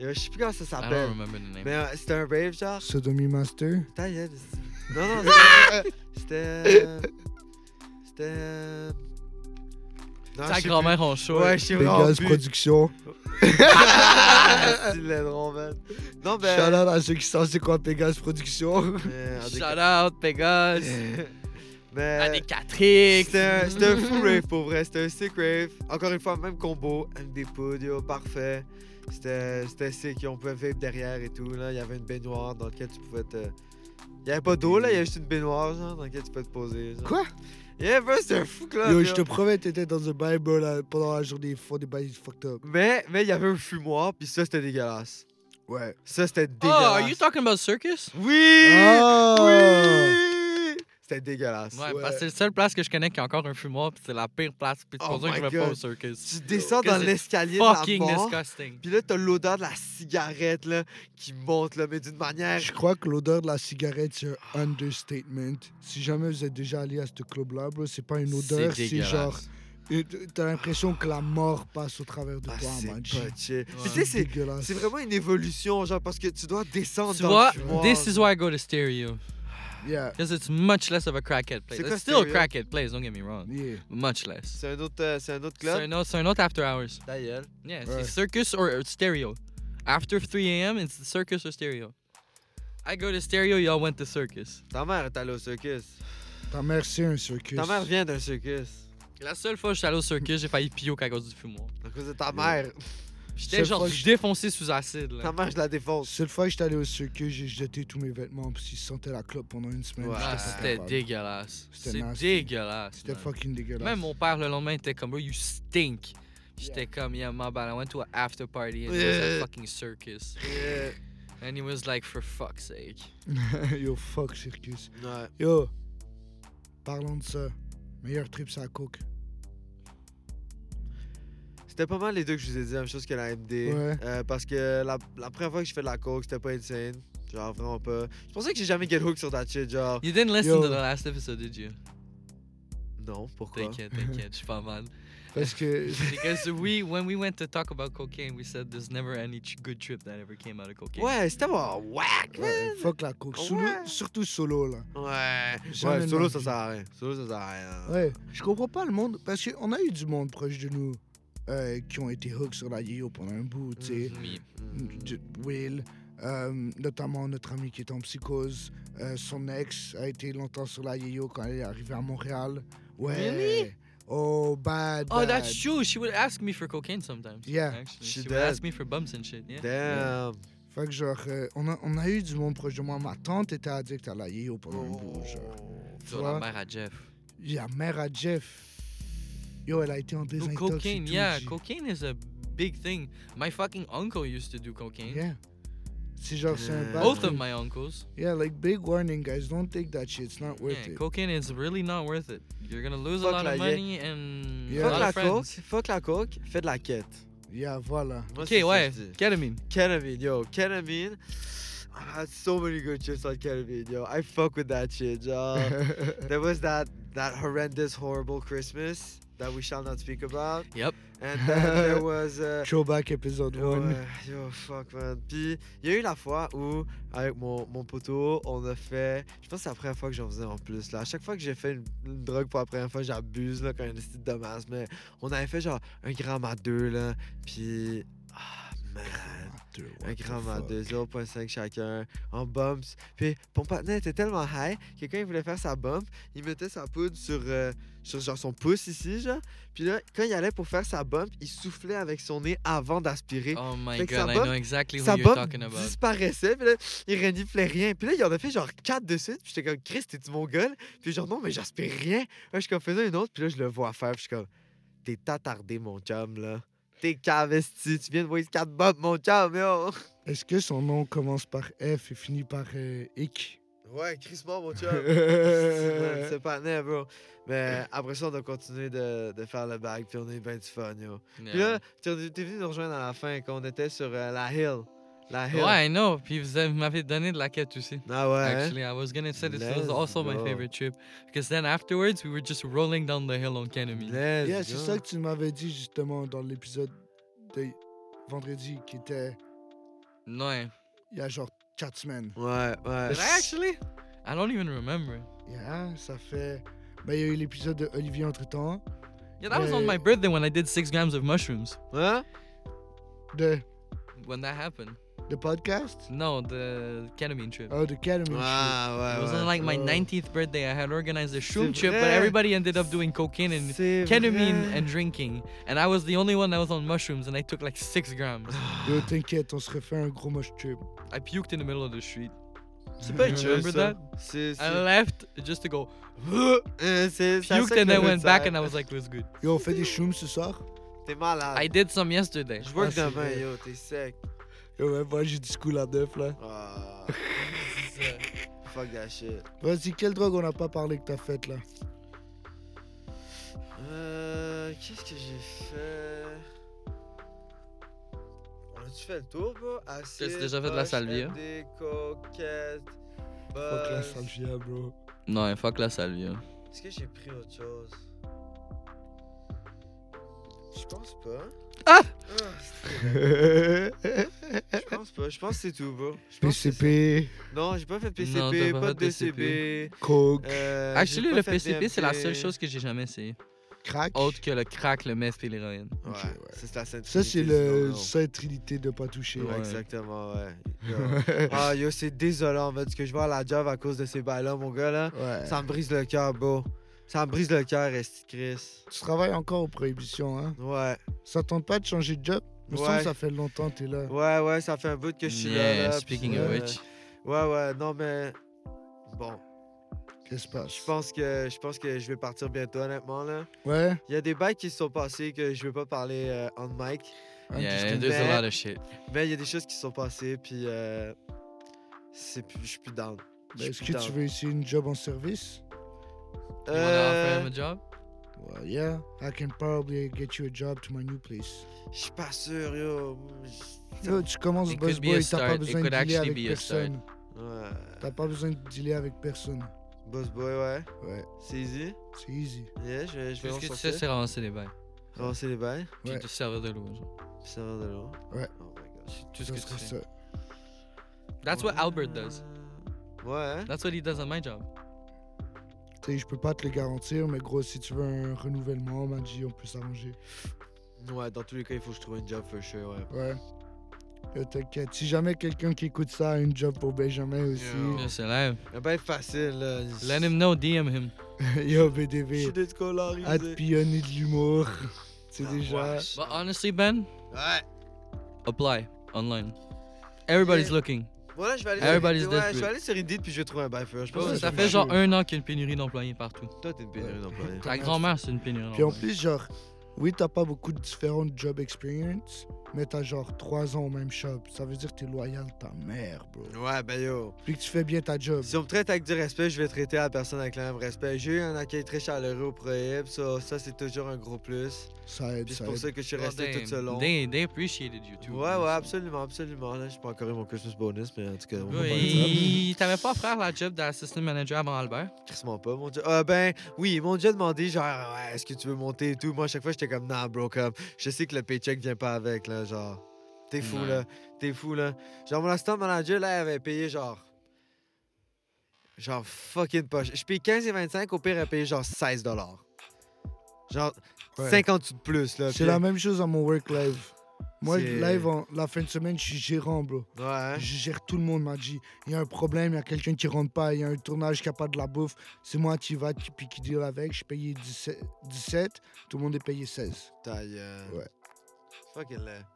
Euh, Je sais plus comment ça I s'appelle. don't remember the name. Mais euh, c'était un rave, genre. Sodomy Master. Ta gueule, c'est- Non, non, c'était- c'était. C'était. Non, ah, je Ta sais grand-mère en plus. show. Ouais, je sais vraiment. Vegas plus. Production. Ah, c'est le drôle, man. Non, ben. Shout out à ceux qui savent c'est quoi Pegas Production. mais en tout Shout cas- out, Pegas. Mais. Avec Catrix. Euh, C'était un, c'était un full rave pour vrai, c'était un sick rave. Encore une fois, même combo, MD Pood, yo, parfait. C'était c'était sick, on pouvait vape derrière et tout. Là. Il y avait une baignoire dans laquelle tu pouvais te. Il n'y avait pas d'eau là, il y avait juste une baignoire genre, dans laquelle tu peux te poser. genre. Quoi? Yeah, bro, c'était un fou club. Yo, yo. je te promets, t'étais dans un bail, bro, là, pendant la journée. Ils font des bails fucked up. Mais mais il y avait un fumoir, puis ça c'était dégueulasse. Ouais. Ça c'était Oh, dégueulasse. are you talking about circus? Oui! Oh! Oui! C'était dégueulasse. Ouais, Ouais. parce que c'est la seule place que je connais qui a encore un fumoir, puis c'est la pire place, puis c'est Oh pour ça que my je vais pas God. au circus. Tu descends Que dans c'est l'escalier de la Fucking mort, disgusting. Puis là, t'as l'odeur de la cigarette là, qui monte, là, mais d'une manière. Je crois que l'odeur de la cigarette, c'est un understatement. Si jamais vous êtes déjà allé à ce club-là, bro, c'est pas une odeur, c'est dégueulasse. genre. et T'as l'impression que la mort passe au travers de Ah, toi, c'est man. pas chill. Ouais. Mais Tu sais, c'est- dégueulasse. c'est vraiment une évolution, genre, parce que tu dois descendre Tu dans vois, le fumoir. this is why I go to stereo. Yeah. Because it's much less of a crackhead place. C'est It's quoi still a Stereo? crackhead place, don't get me wrong. Yeah. Much less. C'est un autre, euh, c'est un autre C'est club. un autre, c'est un autre after hours. Ta gueule. Yeah, Ouais. c'est circus or or stereo. After 3 a.m., it's circus or stereo. I go to stereo, y'all went to circus. Ta mère est allée au circus. Ta mère, c'est un circus. Ta mère vient d'un circus. La seule fois que je suis allé au circus, j'ai failli pio à cause du fumoir. À cause de ta mère. J'étais Seule genre fois que je- défoncé sous acide. Là. Ta mère, je la défonce. Seule fois que j'étais allé au circus, j'ai jeté tous mes vêtements parce qu'ils sentaient la clope pendant une semaine. Ouais. J'étais Ah, pas c'était capable. dégueulasse. C'était C'est nasty. dégueulasse. C'était man. fucking dégueulasse. Même mon père le lendemain était comme, bro, you stink. J'étais comme, yeah, my bad. I went to an after party and it was Yeah. a fucking circus. Yeah. And he was like, for fuck's sake. Yo, fuck circus. Ouais. Yo, parlons de ça. Meilleur trip, c'est la coke. C'était pas mal les deux que je vous ai dit, la même chose que la MD. Ouais. Euh, parce que la, la première fois que je fais de la coke, c'était pas insane. Genre vraiment pas. Je pensais que j'ai jamais get hook sur that shit, genre. You didn't listen Yo. to the last episode, did you? Non, pourquoi? T'inquiète, t'inquiète, je suis pas mal. Parce que. Because we, when we went to talk about cocaine, we said there's never any ch- good trip that ever came out of cocaine. Ouais, c'était pas whack, Ouais, man. fuck la coke. Solo- Ouais. Surtout solo, là. Ouais. Jamais Ouais, solo de ça ma sert à rien. Solo ça sert à rien. Ouais, je comprends pas le monde. Parce qu'on a eu du monde proche de nous euh, qui ont été hook sur la yo pendant un bout, tu sais. Me. Mm. J- Will, euh, notamment notre ami qui est en psychose. Euh, son ex a été longtemps sur la yo quand elle est arrivée à Montréal. Ouais. Really? Oh, bad. Oh, bad. that's true. She would ask me for cocaine sometimes. Yeah. Actually, She she, would did. ask me for bumps and shit. Yeah. Damn. Fait que genre, euh, on, a, on a eu du monde proche de moi. Ma tante était addicte à la yo pendant Oh. un bout, genre. Tu Sur la vois? mère à Jeff. La mère à Jeff. Yo, elle a été en Ooh, désintox. et cocaine, tout, yeah, G. cocaine is a big thing. My fucking uncle used to do cocaine. Yeah. C'est genre, c'est un Euh, bad Both trip. of my uncles. Yeah, like big warning, guys. Don't take that shit. It's not worth Yeah, it. cocaine is really not worth it. You're gonna lose Fuck a lot la of yeah. money and Yeah. a Fuck lot la of coke, friends. fuck la coke, fais de la quête. Yeah, voilà. Moi, Ok, c'est ça que ouais, je dis. ketamine. Ketamine, yo, ketamine. I had so many good trips on ketamine, yo. Uh, I fuck with that shit, yo. there was that that horrendous, horrible Christmas that we shall not speak about. Yep. And then there was. uh, Throwback episode Yo, 1. ouais, yo, fuck, man. Puis, il y a eu la fois où, avec mon, mon poteau, on a fait. Je pense que c'est la première fois que j'en faisais en plus. Là. À chaque fois que j'ai fait une, une drogue pour la première fois, j'abuse là, quand il y a de masse. Mais on avait fait genre un gramme à deux, là. Puis. Ah, man. Un gramme à deux, 0,5 chacun, en bumps. Puis, mon partenaire était tellement high que quand il voulait faire sa bump, il mettait sa poudre sur, euh, sur genre son pouce ici, genre. Puis là, quand il allait pour faire sa bump, il soufflait avec son nez avant d'aspirer Oh my Fait que sa god, I bombe- know exactly sa who you're bombe talking about. disparaissait, puis là, il reniflait rien. Puis là, il en a fait genre 4 de suite, puis j'étais comme, Chris, t'es-tu mon gueule? Puis genre, non, mais j'aspire rien. Là, je suis comme, faisais une autre, puis là, je le vois faire, puis je suis comme, t'es attardé, mon chum, là. T'es cavesti, tu viens de voir 4 bombes, mon chum, yo. Est-ce que son nom commence par F et finit par euh, Ick? Ouais, Chris mort, mon Euh, C'est pas né, bro. Mais après ça, on a continué de, de faire le bag, puis on a eu bien du fun, yo. Puis Yeah. là, t'es t'es venu nous rejoindre à la fin, quand on était sur euh, la hill. La hill. Ouais, Oh, I know. Puis vous avez- vous m'avez donné de la quête aussi. Ah ouais. hein? Actually, I was gonna say this was Let's also my go. favorite trip because then afterwards we were just rolling down the hill on Kenemi. Let's yeah, c'est go. ça que tu m'avais dit justement dans l'épisode de vendredi qui était No, eh. il y a genre 4 semaines. Ouais, ouais. Did I actually? I don't even remember. Yeah, ça fait. Ben, il y a eu l'épisode de Olivier entre temps. Yeah, that was on my Yeah. birthday when I did six grams of mushrooms. Hein? De, When that happened. de podcast? No, the ketamine trip. Oh, de Calum. Ah. It was on Ouais, like my Oh. 19th birthday. I had organized a shroom C'est trip, but vrai. everybody ended up doing cocaine ouais. and C'est ketamine vrai. and drinking. And I was the only one that was on mushrooms, and I took like six grams. Yo, t'inquiète, on se refait un gros moche trip. I puked in the middle of the street. C'est pas pas une une chose, ça. C'est. I left just to go Euh, c'est- c'est à puked, ça and que I je went veux back, dire. and I was like, it was good. Yo, on fait des shrooms ce soir? T'es malade. I did some yesterday. Je vois que Ah, c'est demain, vrai. yo, t'es sec. Yo, ouais, moi j'ai du school à neuf là. Ah, C'est- fuck that shit. Vas-y, quelle drogue on n'a pas parlé que t'as faite là? Euh. Qu'est-ce que j'ai fait. On a-tu fait le tour, bro? Acide, T'as déjà fait de la hein? poche, salvia? MD, coquette. Fuck la buzz. salvia, bro. Non, fuck la salvia. Est-ce que j'ai pris autre chose? Je pense pas. Ah! Ah, Euh, Je pense pas, je pense que c'est tout, bro. Je pense que c'est PCP, ça. Non, j'ai pas fait de Non, PCP, t'as pas fait pas, de de PCP. DCB. coke, Euh, j'ai Ah, Actually, pas le fait de PCP, c'est la DMT. seule chose que j'ai jamais essayé. crack. Autre que le crack, le meth et l'héroïne. Ouais, Ok, ouais. c'est la Sainte Ça, c'est Trinité, le sinon, Sainte Trinité de pas toucher. non. Ouais. Exactement, ouais. Yo. ah, yo, c'est désolant, en fait, ce que je vois à la job à cause de ces bails-là, mon gars, là. Ouais. Ça me brise le cœur, bro. Ça me brise le cœur, Esti Chris. Tu travailles encore aux prohibitions, hein? Ouais. Ça tente pas de changer de job? Me semble Ouais. que ça fait longtemps que t'es là. Ouais, ouais, ça fait un bout que je suis là, Yeah, là. speaking puis, of euh, which. Ouais, ouais, non, mais. Bon, Qu'est-ce qui se passe? je pense que je pense que je vais partir bientôt, honnêtement, là. Ouais, Il y a des bails qui se sont passés que je vais pas parler euh, on mic, un Yeah, disque. there's a Mais- lot of shit. mais il y a des choses qui se sont passées, puis euh, c'est plus, je suis plus down. Ben, Je Est-ce suis que down. tu veux essayer une job en service? You wanna offer Euh, him a job? Well, yeah, I can probably get you a job to my new place. Je suis pas sûr, yo. Je- Yo, tu commences It Buzz could be a Boy, t'as pas start. It besoin de could dealer actually avec be a start. personne. Ouais. T'as pas besoin de dealer avec personne. Boss boy, ouais. Ouais, C'est easy. c'est easy. Yeah, je vais, je Tout vais ce en que tu sais, sortir. c'est ramasser les bails. Ramasser les bails, Puis Ouais. te servir de l'eau. genre. puis ça va de l'eau. Ouais. Oh my god. C'est tout ce Ça que serait tu sais. ça. That's what Albert does. Ouais. hein? That's what he does at my job. Tu sais, je peux pas te le garantir, mais gros, si tu veux un renouvellement, on m'a dit, on peut s'arranger. Ouais, dans tous les cas, il faut que je trouve une job for sure, ouais. Ouais. Yo, T'inquiète, si jamais quelqu'un qui écoute ça a une job pour Benjamin aussi, Yeah, c'est là. Un bail facile, là. Let him know, DM him. yo Je suis BDV, à te déscolarisé. pionner de l'humour, c'est Ah, déjà... wesh. But honestly, Ben, Ouais. apply online. Everybody's Yeah. looking. Voilà, je vais aller, Everybody's sur, ouais, desperate. je vais aller sur Indeed puis je vais trouver un bail first. Je pense Ouais, que ça je fait suis genre sûr. un an qu'il y a une pénurie d'employés partout. Toi, t'es une pénurie Ouais. d'employés. Ta grand-mère, c'est une pénurie Puis en d'employés. plus, genre, oui, t'as pas beaucoup de différentes job experience, mais t'as genre trois ans au même shop, ça veut dire que t'es loyal ta mère, bro. Ouais, ben yo. Puis que tu fais bien ta job. Si on me traite avec du respect, je vais traiter la personne avec le même respect. J'ai eu un accueil très chaleureux au Prohib, ça, ça c'est toujours un gros plus. Ça aide, Puis c'est ça pour aide. ça que je suis Oh, resté they- tout ce long. They, they appreciated you too. Ouais, ouais, absolument, absolument. Là, j'ai pas encore eu mon Christmas bonus, mais en tout cas, on va parler Oui, t'avais pas à faire la job d'assistant manager avant Albert? de ça. pas, mon Dieu. Ah, ben, oui, ils m'ont déjà demandé, genre, ouais, est-ce que tu veux monter et tout. Moi, à chaque fois, j'étais comme, non, bro, comme, je sais que le paycheck vient pas avec, là, genre, t'es fou, Ouais. là, t'es fou, là. Genre, mon assistant manager, là, elle avait payé, genre, genre, fucking poche. Je paye 15 et 25, au pire, elle a payé, genre, 16 Genre, Ouais. 50 de plus, là. C'est puis- la même chose à mon work live. Moi, C'est- live, en- la fin de semaine, je suis gérant, bro. Ouais, hein. Je gère tout le monde, m'a dit. Il y a un problème, il y a quelqu'un qui rentre pas, il y a un tournage qui a pas de la bouffe. C'est moi qui va, qui, puis qui deal avec. Je suis payé 17, 17, tout le monde est payé 16. Ta gueule. Ouais. Fucking laid.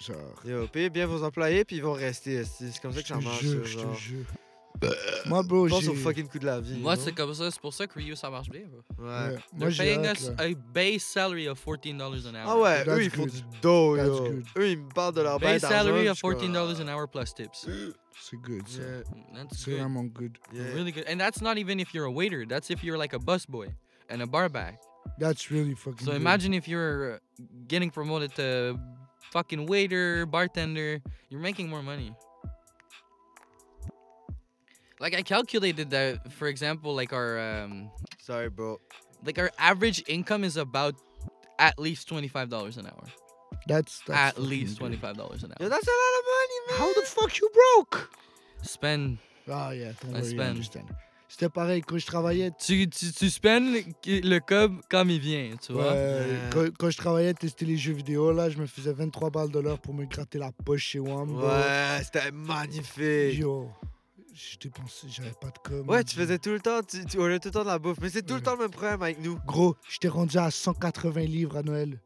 Genre. Yo, payez bien vos employés, puis ils vont rester. esti. C'est comme ça Je que ça te marche. jure, ça, je te genre. jure. Bah, Moi, bro, Pense j'ai. au fucking coup de la vie. Moi, non? c'est comme ça. C'est pour ça que Ryu, ça marche bien. bro. Ouais. Ouais. Moi, They're j'ai. paying hâte, us là. a base salary of $14 an hour. Ah ouais, That's eux, ils font good. du dos, That's yo. good. Eux, ils me parlent de leur bail Base salary d'argent, of je suis comme, euh, $14 an hour plus tips. C'est good, ça. Yeah, That's C'est good. vraiment good. yeah. Really good. And that's not even if you're a waiter. That's if you're like a busboy and a barback. That's really fucking So good. imagine if you're uh, getting promoted to fucking waiter, bartender, you're making more money. Like I calculated that, for example, like our um, Sorry, bro. like our average income is about at least twenty five dollars an hour. That's, that's at fucking least good. twenty five dollars an Yo, hour. that's a lot of money, man. How the fuck you broke? Spend Ah, yeah, don't I worry, I spend. understand. C'était pareil quand je travaillais. tu tu tu spends le cob comme il vient, tu vois. Ouais, quand, quand je travaillais, tester les jeux vidéo, là, je me faisais 23 balles de l'heure pour me gratter la poche chez WAM. bro. Ouais, c'était magnifique. Yo, je dépensais, j'avais pas de com. Ouais, tu faisais tout le temps, tu, tu aurais tout le temps de la bouffe, mais c'est tout le Ouais. temps le même problème avec nous. Gros, j'étais rendu à 180 livres à Noël.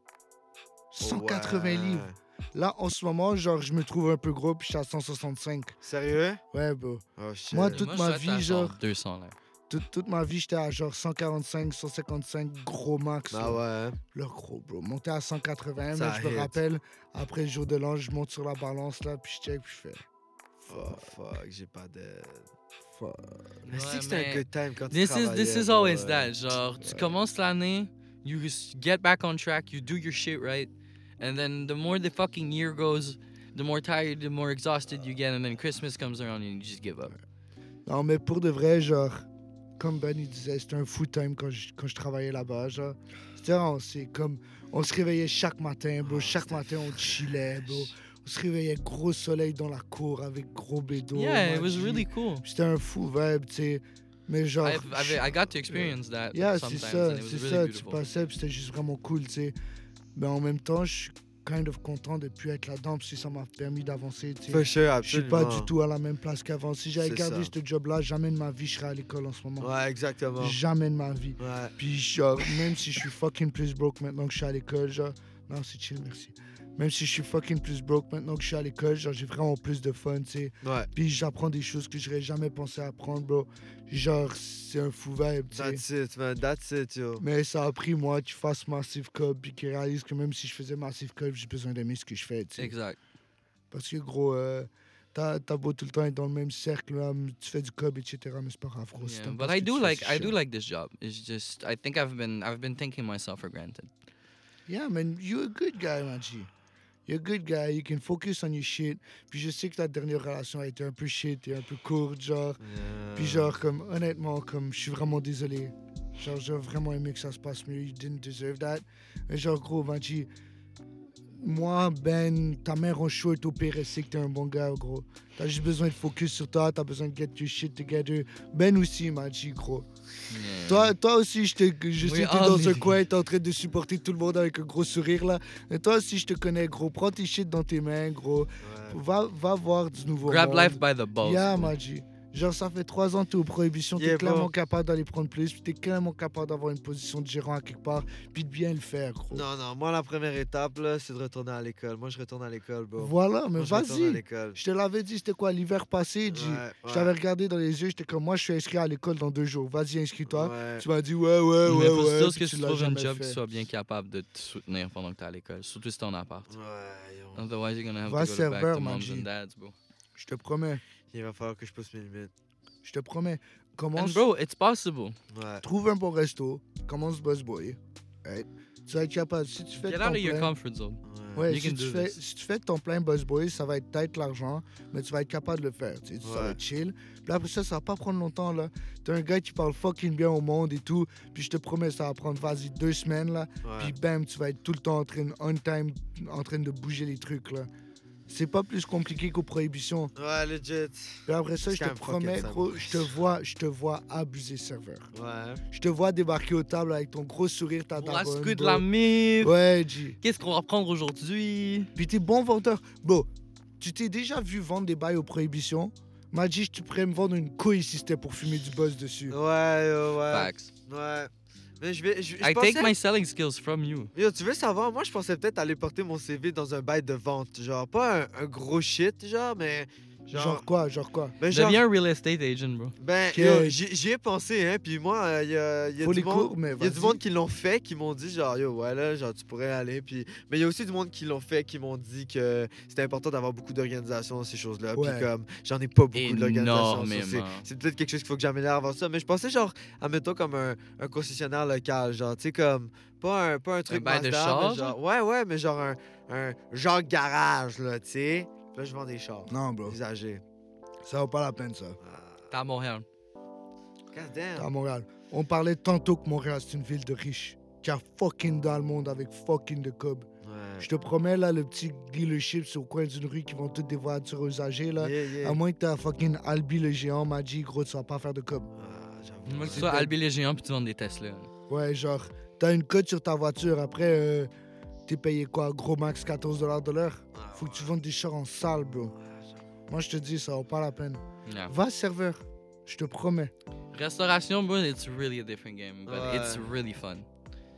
180 Ouais. livres. Là, en ce moment, genre, je me trouve un peu gros, puis je suis à 165. Sérieux? Ouais, bro. Oh shit. Moi, Et toute moi, ma je suis à vie, genre genre- 200 là. Toute, toute ma vie, j'étais à genre 145, 155, gros max. là. Bah ouais. Le gros, bro. Monter à 180, Ça mais je hit. me rappelle, après le jour de l'an, je monte sur la balance, là, puis je check, puis je fais. Oh fuck, j'ai pas de. fuck. Mais Ouais, c'est que c'était un mais- good time quand tu This is this travaillais, is bro, always ouais. that. Genre, tu commences l'année, you s- get back on track, you do your shit right, and then the more the fucking year goes, the more tired, the more exhausted you get, and then Christmas comes around and you just give up. Non, mais pour de vrai, genre, comme Ben il disait, c'était un full time quand je, quand je travaillais là-bas, genre. C'était vraiment, c'est comme, on se réveillait chaque matin, bro. Oh, chaque c'était matin, on chillait, bro. On se réveillait gros soleil dans la cour avec gros bédo. yeah, it Maggi. was really cool. C'était un fou vibe, tu sais. Mais genre. I've, I've, I got to experience that Oh, Yeah, c'est sometimes, ça, and it was c'est really ça. Tu beautiful. passais, puis c'était juste vraiment cool, tu sais. Mais en même temps, je suis kind of content de plus être là-dedans, parce que ça m'a permis d'avancer, tu sais. For sure, Je suis pas absolument. du tout à la même place qu'avant. Si j'avais C'est gardé ça. ce job-là, jamais de ma vie, je serais à l'école en ce moment. Ouais, exactement. Jamais de ma vie. Ouais. Puis genre, même si je suis fucking plus broke maintenant que je suis à l'école, genre... Non, c'est chill, merci. Même si je suis fucking plus broke maintenant que je suis à l'école, genre, j'ai vraiment plus de fun, tu sais. Ouais. Puis j'apprends des choses que j'aurais jamais pensé apprendre, bro. Genre, c'est un fou vibe, tu sais. That's it, man. That's it, yo. Mais ça a pris, moi, que je fasse Massive Cop, puis qu'ils réalisent que même si je faisais Massive Cop, j'ai besoin d'aimer ce que je fais, tu sais. Exact. Parce que gros, euh, t'as t'as beau tout le temps être dans le même cercle, là, m- tu fais du cob, etc. Mais c'est pas grave, gros. c'est Yeah, un But peu I ce que do tu like fais, I c'est do chill. like this job. It's just I think I've been I've been taking myself for granted. Yeah, man, you're a good guy, Manji. You're a good guy, you can focus on your shit. Puis je sais que ta dernière relation a été un peu shit et un peu courte, genre. Puis Euh. genre, comme, honnêtement, comme, je suis vraiment désolé. Genre, j'aurais vraiment aimé que ça se passe mieux. You didn't deserve that. Mais genre, gros, Vanchi, moi, Ben, ta mère en show est au pire. Elle sait que t'es un bon gars, gros. T'as juste besoin de focus sur toi. T'as besoin de get your shit together. Ben aussi, Manji, gros. Yeah. Toi, toi aussi, je, te, je We sais que t'es all dans un need- coin, t'es en train de supporter tout le monde avec un gros sourire, là. Mais toi aussi, je te connais, gros. Prends tes shit dans tes mains, gros. Ouais. Va, va voir du nouveau Grab monde. life by the balls. Yeah, bro. Maji. Genre, ça fait trois ans que t'es aux prohibitions, Yeah, t'es clairement bro. capable d'aller prendre plus, puis t'es clairement capable d'avoir une position de gérant à quelque part, puis de bien le faire, gros. Non, non, moi, la première étape, là, c'est de retourner à l'école. Moi, je retourne à l'école, bro. Voilà, mais Moi, je retourne à vas-y. l'école. Je te l'avais dit, c'était quoi l'hiver passé, G? Ouais, Je ouais. t'avais regardé dans les yeux, j'étais comme moi, je suis inscrit à l'école dans deux jours. Vas-y, inscris-toi. Ouais. Tu m'as dit ouais, ouais, ouais, Mais faut se ouais. dire puis que tu tu l'as trouves un jamais job fait. qui soit bien capable de te soutenir pendant que t'es à l'école, surtout si t'es en appart. Ouais, Ah. yo. Otherwise, you're gonna have Va to go back serveur, to man, moms G. and dads, bro. Je te promets, Il va falloir que je pousse mes limites. je te promets. And Commence, bro, it's possible. Ouais. trouve un bon resto, commence boss boy. right? Tu vas être capable. Si tu fais Get ton out of your plein- comfort zone. Ouais, You si can tu, do fais, this. si tu fais ton plein buzz boy, ça va être tête l'argent, mais tu vas être capable de le faire. Tu sais, Ça va Ouais. être chill. Puis après ça, ça va pas prendre longtemps. là. T'es un gars qui parle fucking bien au monde et tout. Puis je te promets, ça va prendre, vas-y, deux semaines. là. Ouais. Puis bam, tu vas être tout le temps en train, on time, en train de bouger les trucs. là. C'est pas plus compliqué qu'aux prohibitions. Ouais, legit. Puis après ça, C'est je quand te même promets, fucking ça, gros, moi. je te vois, je te vois abuser serveur. Ouais. Je te vois débarquer aux tables avec ton gros sourire, ta On va daronne, se que de bro. la mif. Ouais, G. Qu'est-ce qu'on va prendre aujourd'hui? Puis t'es bon vendeur. Bon, tu t'es déjà vu vendre des bails aux prohibitions. M'a dit, tu pourrais me vendre une couille si c'était pour fumer du buzz dessus. Ouais, yo, Euh, ouais. Facts. Ouais. Mais je vais. Je, je I take pensais- my selling skills from you. Yo, tu veux savoir, moi je pensais peut-être aller porter mon CV dans un bail de vente. Genre, pas un, un gros shit, genre, mais. Genre, Genre, quoi, genre quoi ben, genre, Deviens un real estate agent, bro. ben, Ok. yo, j'y j'y ai pensé, hein. Puis moi, euh, y a, y a Faut du les monde. cours, mais Il y a du vas-y. monde qui l'ont fait, qui m'ont dit genre, yo, ouais, là, genre, tu pourrais aller. Puis... Mais il y a aussi du monde qui l'ont fait, qui m'ont dit que c'était important d'avoir beaucoup d'organisations, ces choses-là. Ouais. Puis comme, j'en ai pas beaucoup d'organisations. ça, c'est- Énormément. C'est peut-être quelque chose qu'il faut que j'améliore avant ça. Mais je pensais genre, admettons, comme un, un concessionnaire local, genre, tu sais, comme, pas un, pas un truc bail de Mazda, char, mais genre, ouais, ouais, mais genre un, un genre garage, là, tu sais. Puis Là, je vends des chars Non, bro, usagés. ça vaut pas la peine, ça. Ah, T'es à Montréal. God T'es damn. À Montréal. On parlait tantôt que Montréal, c'est une ville de riches. Qui a fucking dans le monde avec fucking de cob. Ouais. Je te promets, là, le petit dealership sur le coin d'une rue qui vend toutes des voitures usagées, là. Yeah, yeah. À moins que t'as fucking Albi le géant, m'a dit, gros, tu vas pas faire de cob. Ah, j'avoue. Moi, que C'est tu sois peut- Albi les géants puis tu vends des Tesla. Ouais, genre, t'as une cote sur ta voiture, après, euh, t'es payé quoi, gros max 14 dollars de l'heure Ah, Faut que tu ouais. vendes des chars en salle, bro. Ah, j'avoue. Moi, je te dis, ça vaut pas la peine. Yeah. Va serveur, je te promets. Restauration, bro, it's really a different game, but Ouais. it's really fun.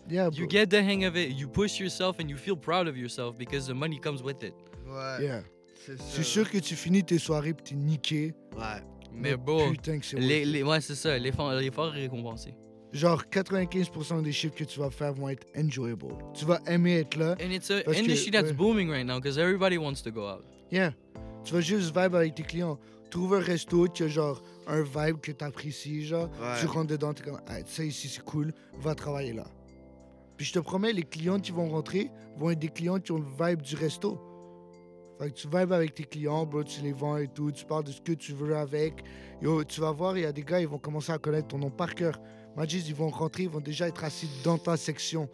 Yeah, Ah, bro. You get the hang of it, you push yourself, and you feel proud of yourself because the money comes with it. Ouais. Yeah. C'est ça. C'est sûr que tu finis tes soirées pis t'es niqué. Oh, Ouais. Mais bro, Putain que c'est les, worth it. les, ouais, c'est ça, l'effort l'effort est récompensé. Genre, 95% des chiffres que tu vas faire vont être enjoyable. Tu vas aimer être là. And it's an Parce que- industry that's ouais. booming right now because everybody wants to go out. Yeah. Tu vas juste vibe avec tes clients. Trouve un resto qui a genre un vibe que t'apprécies, genre. Ouais. Tu rentres dedans, t'es comme, ah, ça ici c'est cool, va travailler là. Puis je te promets, les clients qui vont rentrer vont être des clients qui ont le vibe du resto. Fait que tu vibes avec tes clients, bro, tu les vends et tout, tu parles de ce que tu veux avec. Yo, tu vas voir, il y a des gars, ils vont commencer à connaître ton nom par cœur. Magis, ils vont rentrer, ils vont déjà être assis dans ta section.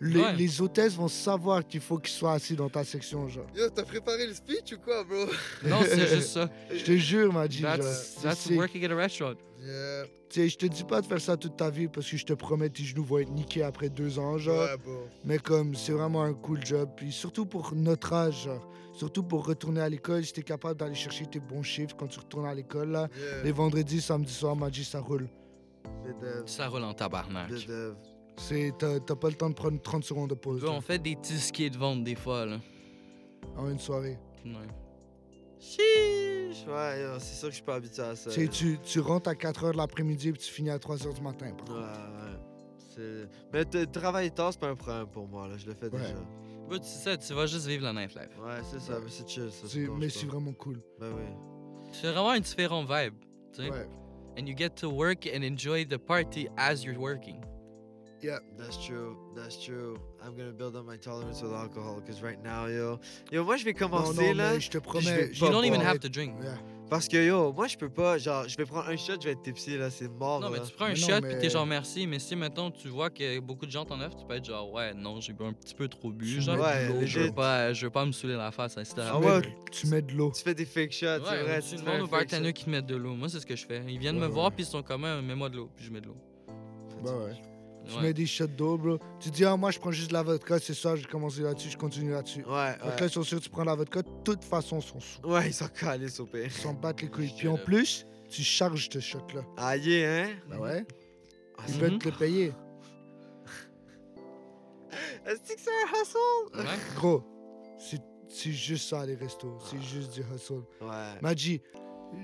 Les, Ouais. les hôtesses vont savoir qu'il faut qu'ils soient assis dans ta section, genre. Yo, t'as préparé le speech ou quoi, bro? Non, c'est juste ça. Je te jure, Magis. genre, That's, tu that's sais- working at a restaurant. Yeah. Tu sais, je te dis pas de faire ça toute ta vie parce que je te promets, tes genoux vont être niqués après deux ans, genre. bro. Mais comme, c'est vraiment un cool job. Puis surtout pour notre âge, genre. Surtout pour retourner à l'école, si t'es capable d'aller chercher tes bons chiffres quand tu retournes à l'école, là. Les Yeah. vendredis, samedi soir, Magis, ça roule. Bit of- Ça roule en tabarnak. bit of- C'est, t'as, t'as pas le temps de prendre 30 secondes de pause Bro, là, on fait des petits skis de vente des fois, là. en une soirée. Ouais. Sheesh. Ouais, yo, c'est sûr que je suis pas habitué à ça. Tu sais, tu, tu rentres à 4 h de l'après-midi puis tu finis à 3 h du matin. par Ouais, contre. ouais. C'est- Mais te- travailler tard, c'est pas un problème pour moi, là. Je le fais Ouais. déjà. Bro, tu sais, tu vas juste vivre la nightlife. Ouais, c'est ça, mais c'est chill, ça. ça C'est- me dérange mais pas. c'est vraiment cool. Ben oui. Tu fais vraiment un différent vibe, tu sais. Ouais. And you get to work and enjoy the party as you're working. That's true, that's true. I'm gonna build up my tolerance with alcohol, because right now, yo. Yo, moi, je vais Non, commencer, non, là. mais je te vais promets. pas You don't even boire. have to drink. Yeah. Parce que, yo, moi, je peux pas. Genre, je vais prendre un shot, je vais être tipsy, là. C'est mort, Non, mais là. tu prends un Mais non, shot mais- puis t'es genre merci, mais si maintenant tu vois que beaucoup de gens t'en offrent, tu peux être genre ouais, non, j'ai bu un petit peu trop bu, Tu genre mets de l'eau, je, veux genre. pas, je veux pas me saouler la face, hein, etc. Tu, Ah mets, ouais. tu mets de l'eau. Tu fais des fake shots, Ouais, c'est vrai. ou tu tu te demandes fais aux un fake bartenders shot. qui te mettent de l'eau. Moi, c'est ce que je fais. Ils viennent Ouais, me ouais. voir puis ils sont comme euh, mets-moi de l'eau, puis je mets de l'eau. Bah ouais. Tu Ouais. mets des shots d'eau, bro. Tu dis, ah, moi, je prends juste de la vodka, c'est ça, j'ai commencé là-dessus, je continue là-dessus. Ouais, ouais. Fait que là, ils sont sûrs que tu prends de la vodka, de toute façon, ils sont sous. Ouais, ils sont calés, au pire. Ils s'en battent les couilles. Shut Puis en up. plus, tu charges ce shot-là. Aïe, hein? Bah ouais. Ah, Ils c'est- veulent te le payer. Est-ce que c'est un hustle? Ouais. Gros, c'est c'est juste ça les restos. C'est juste du hustle. Ouais. M'a dit,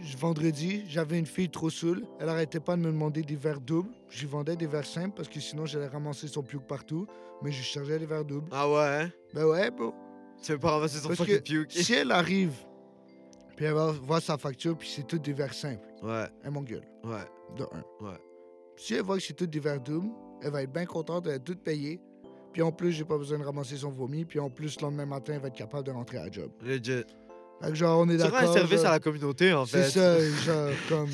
je- vendredi, j'avais une fille trop saoule. Elle arrêtait pas de me demander des verres doubles. Je lui vendais des verres simples parce que sinon j'allais ramasser son puke partout. Mais je chargeais les verres doubles. Ah ouais, hein? Ben ouais, bro. Tu veux pas ramasser son Parce fucking puke? Si elle arrive, puis elle va voir sa facture, puis c'est tout des verres simples, Ouais, elle m'engueule. ouais. De un. Ouais. Si elle voit que c'est tout des verres doubles, elle va être bien contente, elle va tout payer. Puis en plus, j'ai pas besoin de ramasser son vomi. Puis en plus, le lendemain matin, elle va être capable de rentrer à la job. Legit. Fait que genre, on est C'est d'accord. vraiment un service genre, à la communauté, en fait. C'est ça, genre, comme.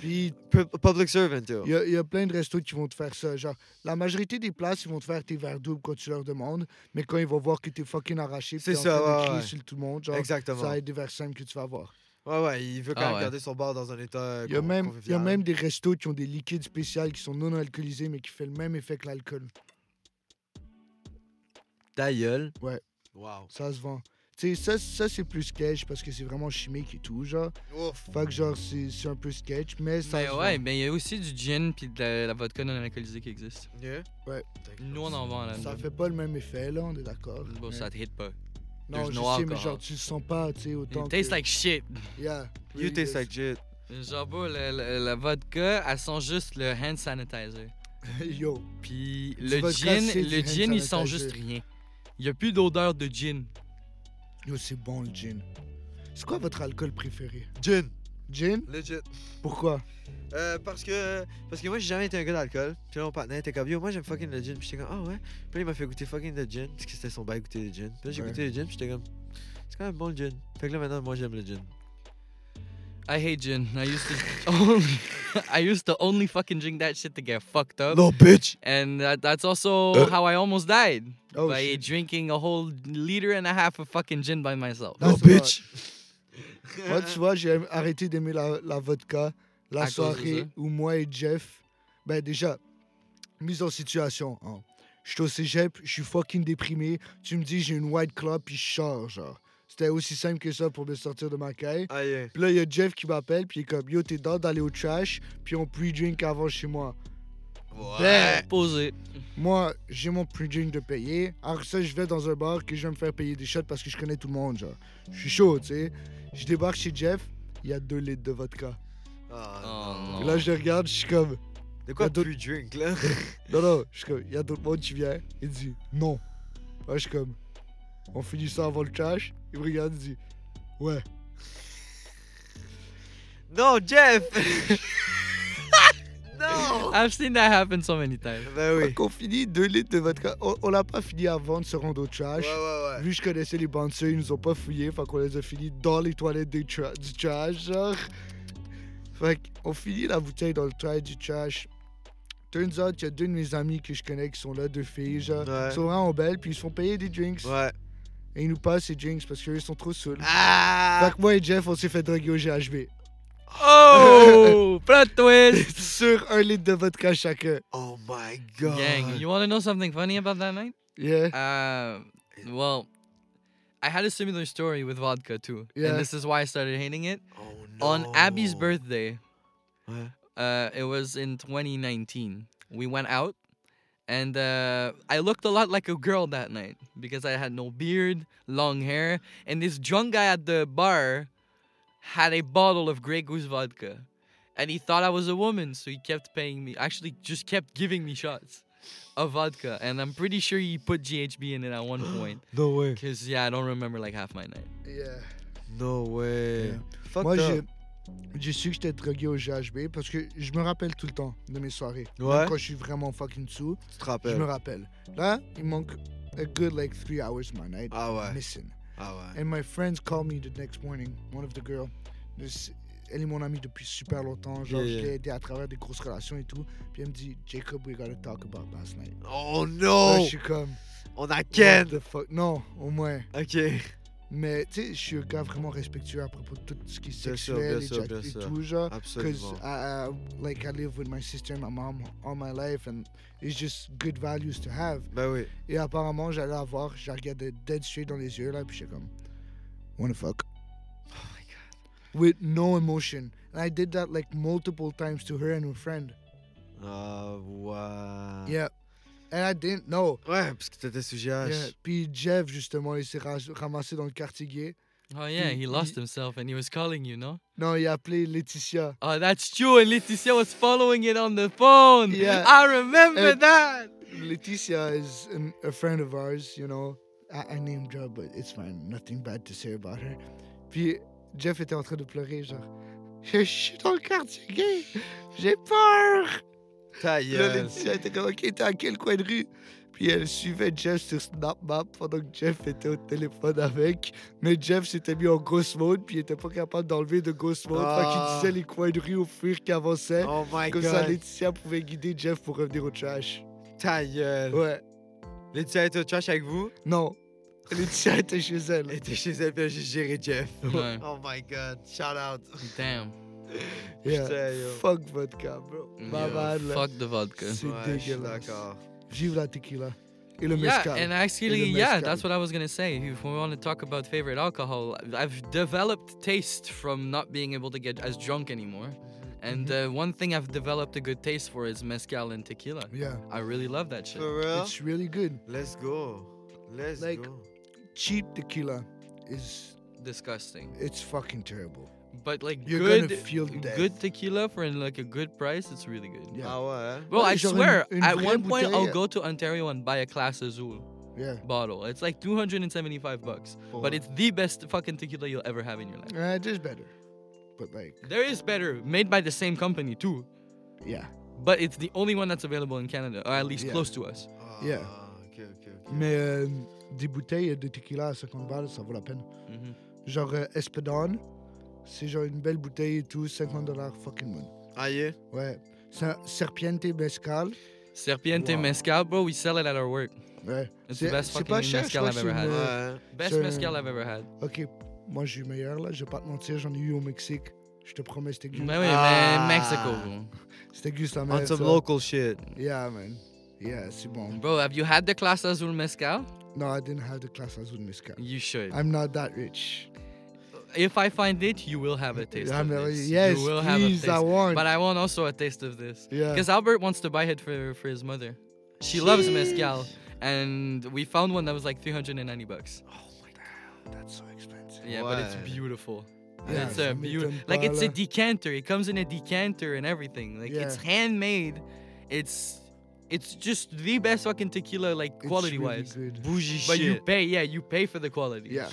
Puis, Pu- Public servant, yo. il y, a- y a plein de restos qui vont te faire ça. Genre, la majorité des places, ils vont te faire tes verres doubles quand tu leur demandes, mais quand ils vont voir que t'es fucking arraché, puis C'est t'es en train ça, de ouais, crier ouais. sur tout le monde, genre, ça Exactement. va être des verres simples que tu vas avoir. Ouais, ouais, il veut quand Ah même ouais. garder son bar dans un état. Il y, a con- même, il y a convivial. même des restos qui ont des liquides spéciaux qui sont non alcoolisés, mais qui fait le même effet que l'alcool. Ta gueule. Ouais. Wow. Ça se vend. Tu sais, ça, ça c'est plus sketch parce que c'est vraiment chimique et tout, genre. Ouf. Fait que, genre, c'est c'est un peu sketch, mais ça Mais se ouais, vend. mais il y a aussi du gin puis de la, la vodka non alcoolisée qui existe. Yeah. Ouais. Nous, on en vend à la Ça fait pas le même effet, là, on est d'accord. Bon, Mais- ça te hit pas. Non, There's je no sais, mais alcohol. genre, tu le sens pas, tu sais, autant. It tastes que- like shit. Yeah. You really taste does. like shit. Genre, bro, la, la- la vodka, elle sent juste le hand sanitizer. Yo. Puis Du le vodka, gin, c'est du le hand gin, il sent sanitizer. juste rien. Il y a plus d'odeur de gin. Yo, c'est bon le gin. C'est quoi votre alcool préféré? Gin. Gin? Legit. Pourquoi? Euh, parce que parce que moi j'ai jamais été un gars d'alcool. Puis là mon partenaire était comme yo moi j'aime fucking le gin. Puis j'étais comme ah ouais. Puis là, il m'a fait goûter fucking le gin parce que c'était son bail goûter le gin. Puis là j'ai Ouais. goûté le gin puis j'étais comme c'est quand même bon le gin. Fait que là maintenant moi j'aime le gin. I hate gin. I used to only, I used to only fucking drink that shit to get fucked up. No bitch. And that, that's also Uh. how I almost died Oh, by shit. drinking a whole liter and a half of fucking gin by myself. Oh That's a Moi, What? tu vois, j'ai arrêté d'aimer la, la vodka la À cause de soirée ça? où moi et Jeff, ben déjà, mise en situation. hein. Je suis au cégep, je suis fucking déprimé. Tu me dis, j'ai une white club, puis je sors, genre. C'était aussi simple que ça pour me sortir de ma caille. Ah yeah. Puis là, il y a Jeff qui m'appelle, puis il est comme, yo, t'es dans d'aller au trash, puis on pre-drink avant chez moi. Yeah. Posé. Moi, j'ai mon pre-drink de payer. Alors ça, je vais dans un bar que je vais me faire payer des shots parce que je connais tout le monde, genre. Je suis chaud, tu sais. Je débarque chez Jeff, il y a deux litres de vodka. Ah, Oh, non. non. Là, je le regarde, je suis comme... De quoi Y'a d'autres- plus drink là? Non, non, je suis comme... Il y a d'autres monde qui vient. Il dit, non. Moi, je suis comme... On finit ça avant le cash. Il me regarde, il dit, ouais. non Jeff. non. I've seen that happen so many times. Ben oui. Qu'on finit deux litres de vodka. On, on l'a pas fini avant de se rendre au Ouais trash. ouais ouais. Vu que je connaissais les bouncers, ils nous ont pas fouillés, fait qu'on les a finis dans les toilettes des tra- du trash, genre. Fait qu'on finit la bouteille dans le toilette du trash. Turns out, il y a deux de mes amis que je connais qui sont là, deux filles, genre. Ouais. Ils sont vraiment belles, puis ils se font payer des drinks. Ouais. Et ils nous passent ces drinks parce qu'ils sont trop saouls. Ah. Fait que moi et Jeff, on s'est fait droguer au GHB. Oh, plot twist. Sur un litre de vodka chacun. Oh my god. Gang, you want to know something funny about that night? Yeah. Ah, Uh, well, I had a similar story with vodka too, Yeah. and this is why I started hating it. Oh On Abby's no. birthday, Ouais. uh, it was in 2019. We went out, and uh, I looked a lot like a girl that night because I had no beard, long hair, and this drunk guy at the bar had a bottle of Grey Goose vodka, and he thought I was a woman, so he kept paying me. Actually, just kept giving me shots of vodka, and I'm pretty sure he put GHB in it at one point. No way. Cause yeah, I don't remember like half my night. Yeah. No way. Yeah. Fuck Moi, j'ai, up. j'ai su que j'étais drogué au GHB parce que je me rappelle tout le temps de mes soirées. Même Ouais. quand je suis vraiment fucking sous. Tu te Je me rappelles. rappelle. Là, il manque a good like three hours my night. Ah ouais. Missing. Ah ouais. And my friends call me the next morning. One of the girl. This- elle est mon amie depuis super longtemps. Genre, Yeah, je yeah. l'ai aidée à travers des grosses relations et tout. Puis elle me dit, Jacob, we gotta talk about last night. Oh Là, no! je suis comme, On a what Ken! the fuck? Non, au moins. Ok. Mais tu sais, je suis un gars vraiment respectueux à propos de tout ce qui est Bien sûr, sexuel bien sûr, et, bien et sûr. tout, genre. Because Absolument. I, I, like, I live with my sister and my mom all my life and it's just good values to have. Ben oui. Et apparemment, j'allais la voir, je la regardais dead straight dans les yeux, là, puis j'étais comme, wanna fuck. Oh my god. with no emotion. And I did that like multiple times to her and her friend. Ah, wow. Yeah. And I didn't know. Ouais, parce que t'étais sous GH. Yeah. Puis Jeff, justement, il s'est ras- ramassé dans le quartier gay. Oh yeah, He- he lost he- himself and he was calling you, no? Non, il a appelé Laetitia. Oh, that's true. And Leticia was following it on the phone. Yeah. I remember And- that. Laetitia Eh, is an, a friend of ours, you know. I, I named her, but it's fine. Nothing bad to say about her. Puis Jeff était en train de pleurer, genre, je suis dans le quartier gay. J'ai peur. Ta Puis Là, gueule. Laetitia était comme, OK, t'es à quel coin de rue? Puis elle suivait Jeff sur Snap Map pendant que Jeff était au téléphone avec. Mais Jeff s'était mis en ghost mode, puis il était pas capable d'enlever de ghost mode. Fait Ah. qu'il disait les coins de rue au fur qu'il avançait. Oh my Comme god. ça, Laetitia pouvait guider Jeff pour revenir au trash. Ta gueule. Ouais. Laetitia était au trash avec vous. Non. Laetitia était chez elle. Elle était chez elle, puis elle a juste géré Jeff. Ouais. Oh my god. Shout out. Damn. Yeah. Putain, yo. Fuck vodka, bro. Ma Yo, bad, là. fuck the vodka. C'est Ouais, je suis dégueulasse. D'accord. Vive la tequila. Et le yeah, mezcal. and actually, the yeah, mezcal. that's what I was gonna say. If we want to talk about favorite alcohol, I've developed taste from not being able to get as drunk anymore. And Mm-hmm. uh, one thing I've developed a good taste for is mezcal and tequila. Yeah. I really love that shit. For real? It's really good. Let's go. Let's Like- go. Cheap tequila is... Disgusting, It's fucking terrible. but like You're good, gonna feel death. good tequila for like a good price, it's really good. Yeah. Ah ouais. hein? Bro, Ouais, I genre swear, une- une at vraie one point I'll bouteille. go to Ontario and buy a Class Azul Yeah. bottle. It's like 275 bucks, Pour- but it's the best fucking tequila you'll ever have in your life. Uh, it is better. But like, There is better, made by the same company too, yeah. but it's the only one that's available in Canada, or at least Yeah. close to us. Ah, Yeah. Ok, ok, ok. Mais euh, des bouteilles de tequila à 50 balles, ça vaut la peine. Mhm. Genre euh, Espadon, c'est genre une belle bouteille et tout, 50 dollars fucking moon. Ah yeah? Ouais. Ça, Serpiente Mezcal. Serpiente Wow. mezcal, bro. We sell it at our work. Ouais. It's the best fucking cher, je mezcal crois I've que ever c'est had. une, Ouais. euh, hein? Best c'est- mezcal I've ever had. Ok, moi j'ai eu meilleur là, je vais pas te mentir, j'en ai eu au Mexique. Je te promets, c'était Mais gus. oui, Ah. mais Mexico, C'était gus la On merde. some ça. local shit. Yeah, man. Yeah, c'est bro. bon. Bro, have you had the Class Azul mezcal? No, I didn't have the class azul mezcal. You should. I'm not that rich. If I find it, you will have a taste I'm of not- this. Yes, you will have a please, taste. I want. But I want also a taste of this. Yeah. Because Albert wants to buy it for, for his mother. She loves mezcal. And we found one that was like 390 bucks. Oh my god, that's so expensive. Yeah, but it's Why? beautiful. Yeah, it's a some beautiful, Ethan uh, like it's a Pala. decanter. It comes in a decanter and everything. Like it's Yeah. handmade. It's it's just the best fucking tequila, like It's quality really wise. good. Bougie But you shit. pay, yeah, you pay for the quality. Yeah.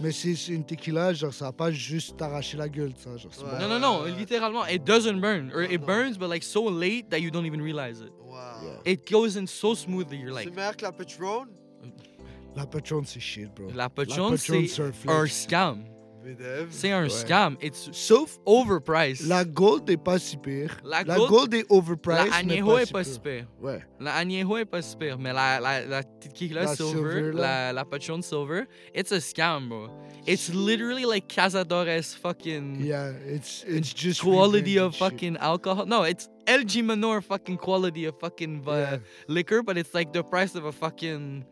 Mais c'est c'est une tequila, genre ça va pas juste t'arracher la gueule, ça. Genre, c'est Ouais. bon. No, no, no. Littéralement, it doesn't burn, or it burns, but like so late that you don't even realize it. Wow. Yeah. It goes in so smoothly. You're like, C'est meilleur que la Patron? La Patron, c'est shit, bro. La Patron, c'est un flex. un scam. Bédev. C'est un Ouais. scam. It's Sauf overpriced. la Gold est pas si pire. La La Gold- Gold est la overpriced. mais Añejo est pas pas si si pire. pire. Ouais. La Añejo est pas si pire, mais la, la, la tequila La silver, silver, là. la, la Patron silver, it's a scam, bro. It's literally like Cazadores fucking Yeah, it's it's just Mm. quality rebranded of shit. fucking alcohol. No, it's El Jimenor fucking quality of fucking uh, Yeah. liquor, but it's like the price of a fucking,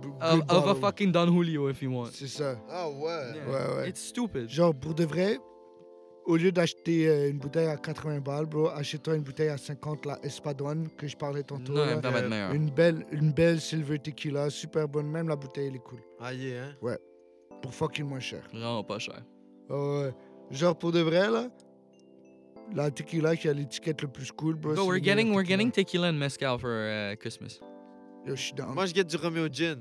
B- of, good of a bottle. fucking Don Julio if you want. C'est ça. Ah ouais. Yeah. Ouais, ouais. It's stupid. Genre pour de vrai, au lieu d'acheter euh, une bouteille à 80 balles, bro, achète-toi une bouteille à 50 la Espadone que je parlais tantôt. Non, là. elle va être meilleure. Une belle, une belle silver tequila, super bonne. Même la bouteille, elle est cool. Ah yeah, hein? Pour fucking moins cher. Non, pas cher. Ouais, ouais. genre pour de vrai, là, la tequila qui a l'étiquette le plus cool, bro. But c'est we're le meilleur getting we're tequila. getting tequila and mezcal for uh, Christmas. Yo, je suis down. Moi, je get du Romeo Gin.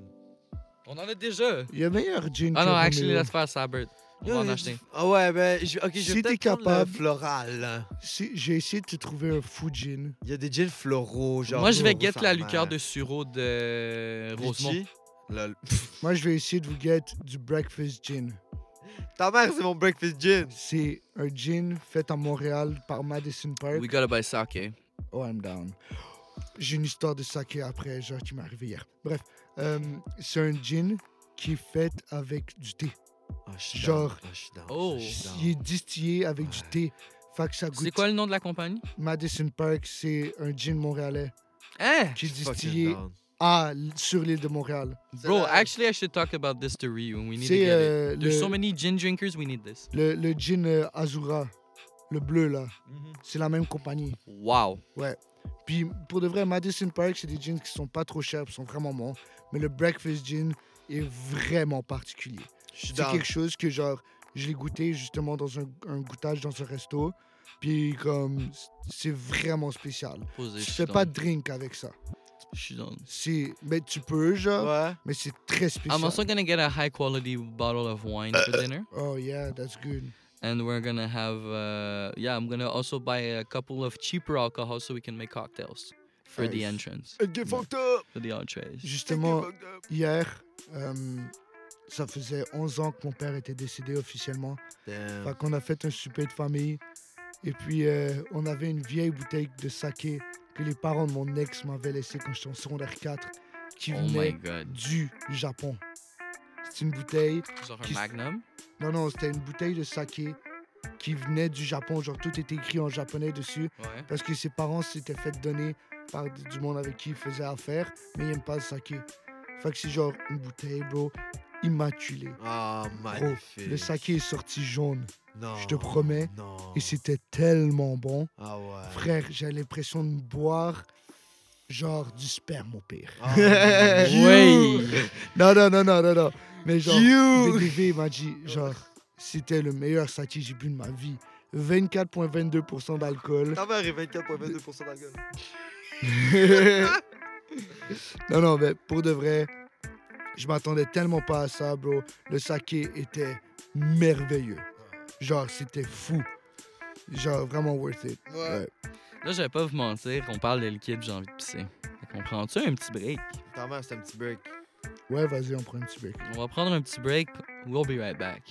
On en a déjà. Il y a meilleur gin Ah que non, Romeo. actually, let's fast Albert. On Yo, va en il y a acheter. du- Ah ouais, ben, je... ok, je Si vais t'es peut-être prendre capable. le floral. hein. Si- J'ai essayé de te trouver un faux gin. Il y a des gins floraux, genre. Moi, je vais floraux get la sa liqueur mère. de sureau de Rosemont. Litchi. Lol. Moi, je vais essayer de vous get du breakfast gin. Ta mère, c'est mon breakfast gin. C'est un gin fait à Montréal par Madison Park. We gotta buy sake. Oh, I'm down. J'ai une histoire de saké après, genre, qui m'est arrivée hier. Bref, euh, c'est un gin qui est fait avec du thé. Ah, je suis Genre- down. Ah, je suis down. Oh. Je suis Il est down. distillé avec du thé. Fait que ça goûte. C'est quoi le nom de la compagnie? Madison Park, c'est un gin montréalais Hein? qui est Fucking distillé down. à, sur l'île de Montréal. euh, C'est Bro, la- actually, I should talk about this to Ryu. We need to C'est, get euh, it. There's le- so many gin drinkers, we need this. Le, le gin euh, Azura, le bleu là, Mhm. c'est la même compagnie. Wow. Puis pour de vrai, Madison Park, c'est des jeans qui sont pas trop chers, qui sont vraiment bons. Mais le breakfast gin est vraiment particulier. Je suis C'est down. quelque chose que genre, je l'ai goûté justement dans un, un goûtage dans un resto. Puis comme, c'est vraiment spécial. Posé, Tu je fais suis pas de down. drink avec ça. Je suis down. C'est, mais tu peux genre, Ouais. Ah, mais c'est très spécial. I'm also gonna get a high quality bottle of wine for dinner. Oh yeah, that's good. And we're gonna have, uh, yeah, I'm gonna also buy a couple of cheaper alcohol so we can make cocktails for the Nice. entrance, Get fucked up. for the entrees. Justement, hier, euh, ça faisait 11 ans que mon père était décédé officiellement. Ah. Fait qu'on a fait un souper de famille. Et puis, euh, on avait une vieille bouteille de saké que les parents de mon ex m'avaient laissée quand j'étais en secondaire 4, qui Oh my venait god. du Japon. C'est une bouteille. Is that her Kiss- magnum? Non, non, c'était une bouteille de saké qui venait du Japon. Genre, tout était écrit en japonais dessus. Ouais. Parce que ses parents s'étaient fait donner par d- du monde avec qui il faisait affaire, mais il aime pas le saké. Fait que c'est genre une bouteille, bro, immaculée. Ah, Bro, magnifique. le saké est sorti jaune. Non. je te promets, Non. Et c'était tellement bon. Oh. Ah ouais. Frère, j'ai l'impression de boire genre du sperme au pire. Ah, ouais. Wait. Non, non, non, non, non, non. Mais genre, You. Oh. BDV m'a dit, genre, c'était le meilleur saké que j'ai bu de ma vie. 24,22% d'alcool. Ta mère est 24,22% de la gueule. Non, non, mais pour de vrai, je m'attendais tellement pas à ça, bro. Le saké était merveilleux. Genre, c'était fou. Genre, vraiment worth it. Ouais. Là, je vais pas vous mentir, on parle de liquide, j'ai envie de pisser. Fait qu'on prend-tu un petit break? Ta mère, c'est un petit break. Ouais, vas-y, on prend un petit break. On va prendre un petit break. We'll be right back.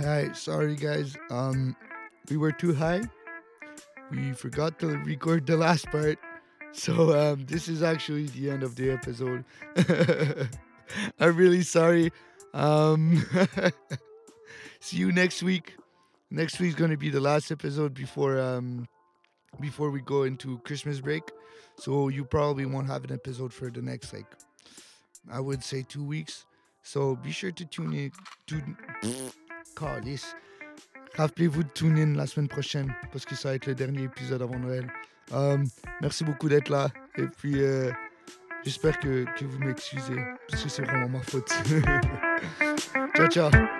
Hi, sorry guys. Um, we were too high. We forgot to record the last part. So um, this is actually the end of the episode. I'm really sorry. Um, see you next week. Next week's gonna be the last episode before um, before we go into Christmas break. So you probably won't have an episode for the next like I would say two weeks. So be sure to tune in. Tune, Calice. Rappelez-vous de tune in la semaine prochaine parce que ça va être le dernier épisode avant Noël. Euh, merci beaucoup d'être là et puis euh, j'espère que, que vous m'excusez parce que c'est vraiment ma faute. ciao, ciao.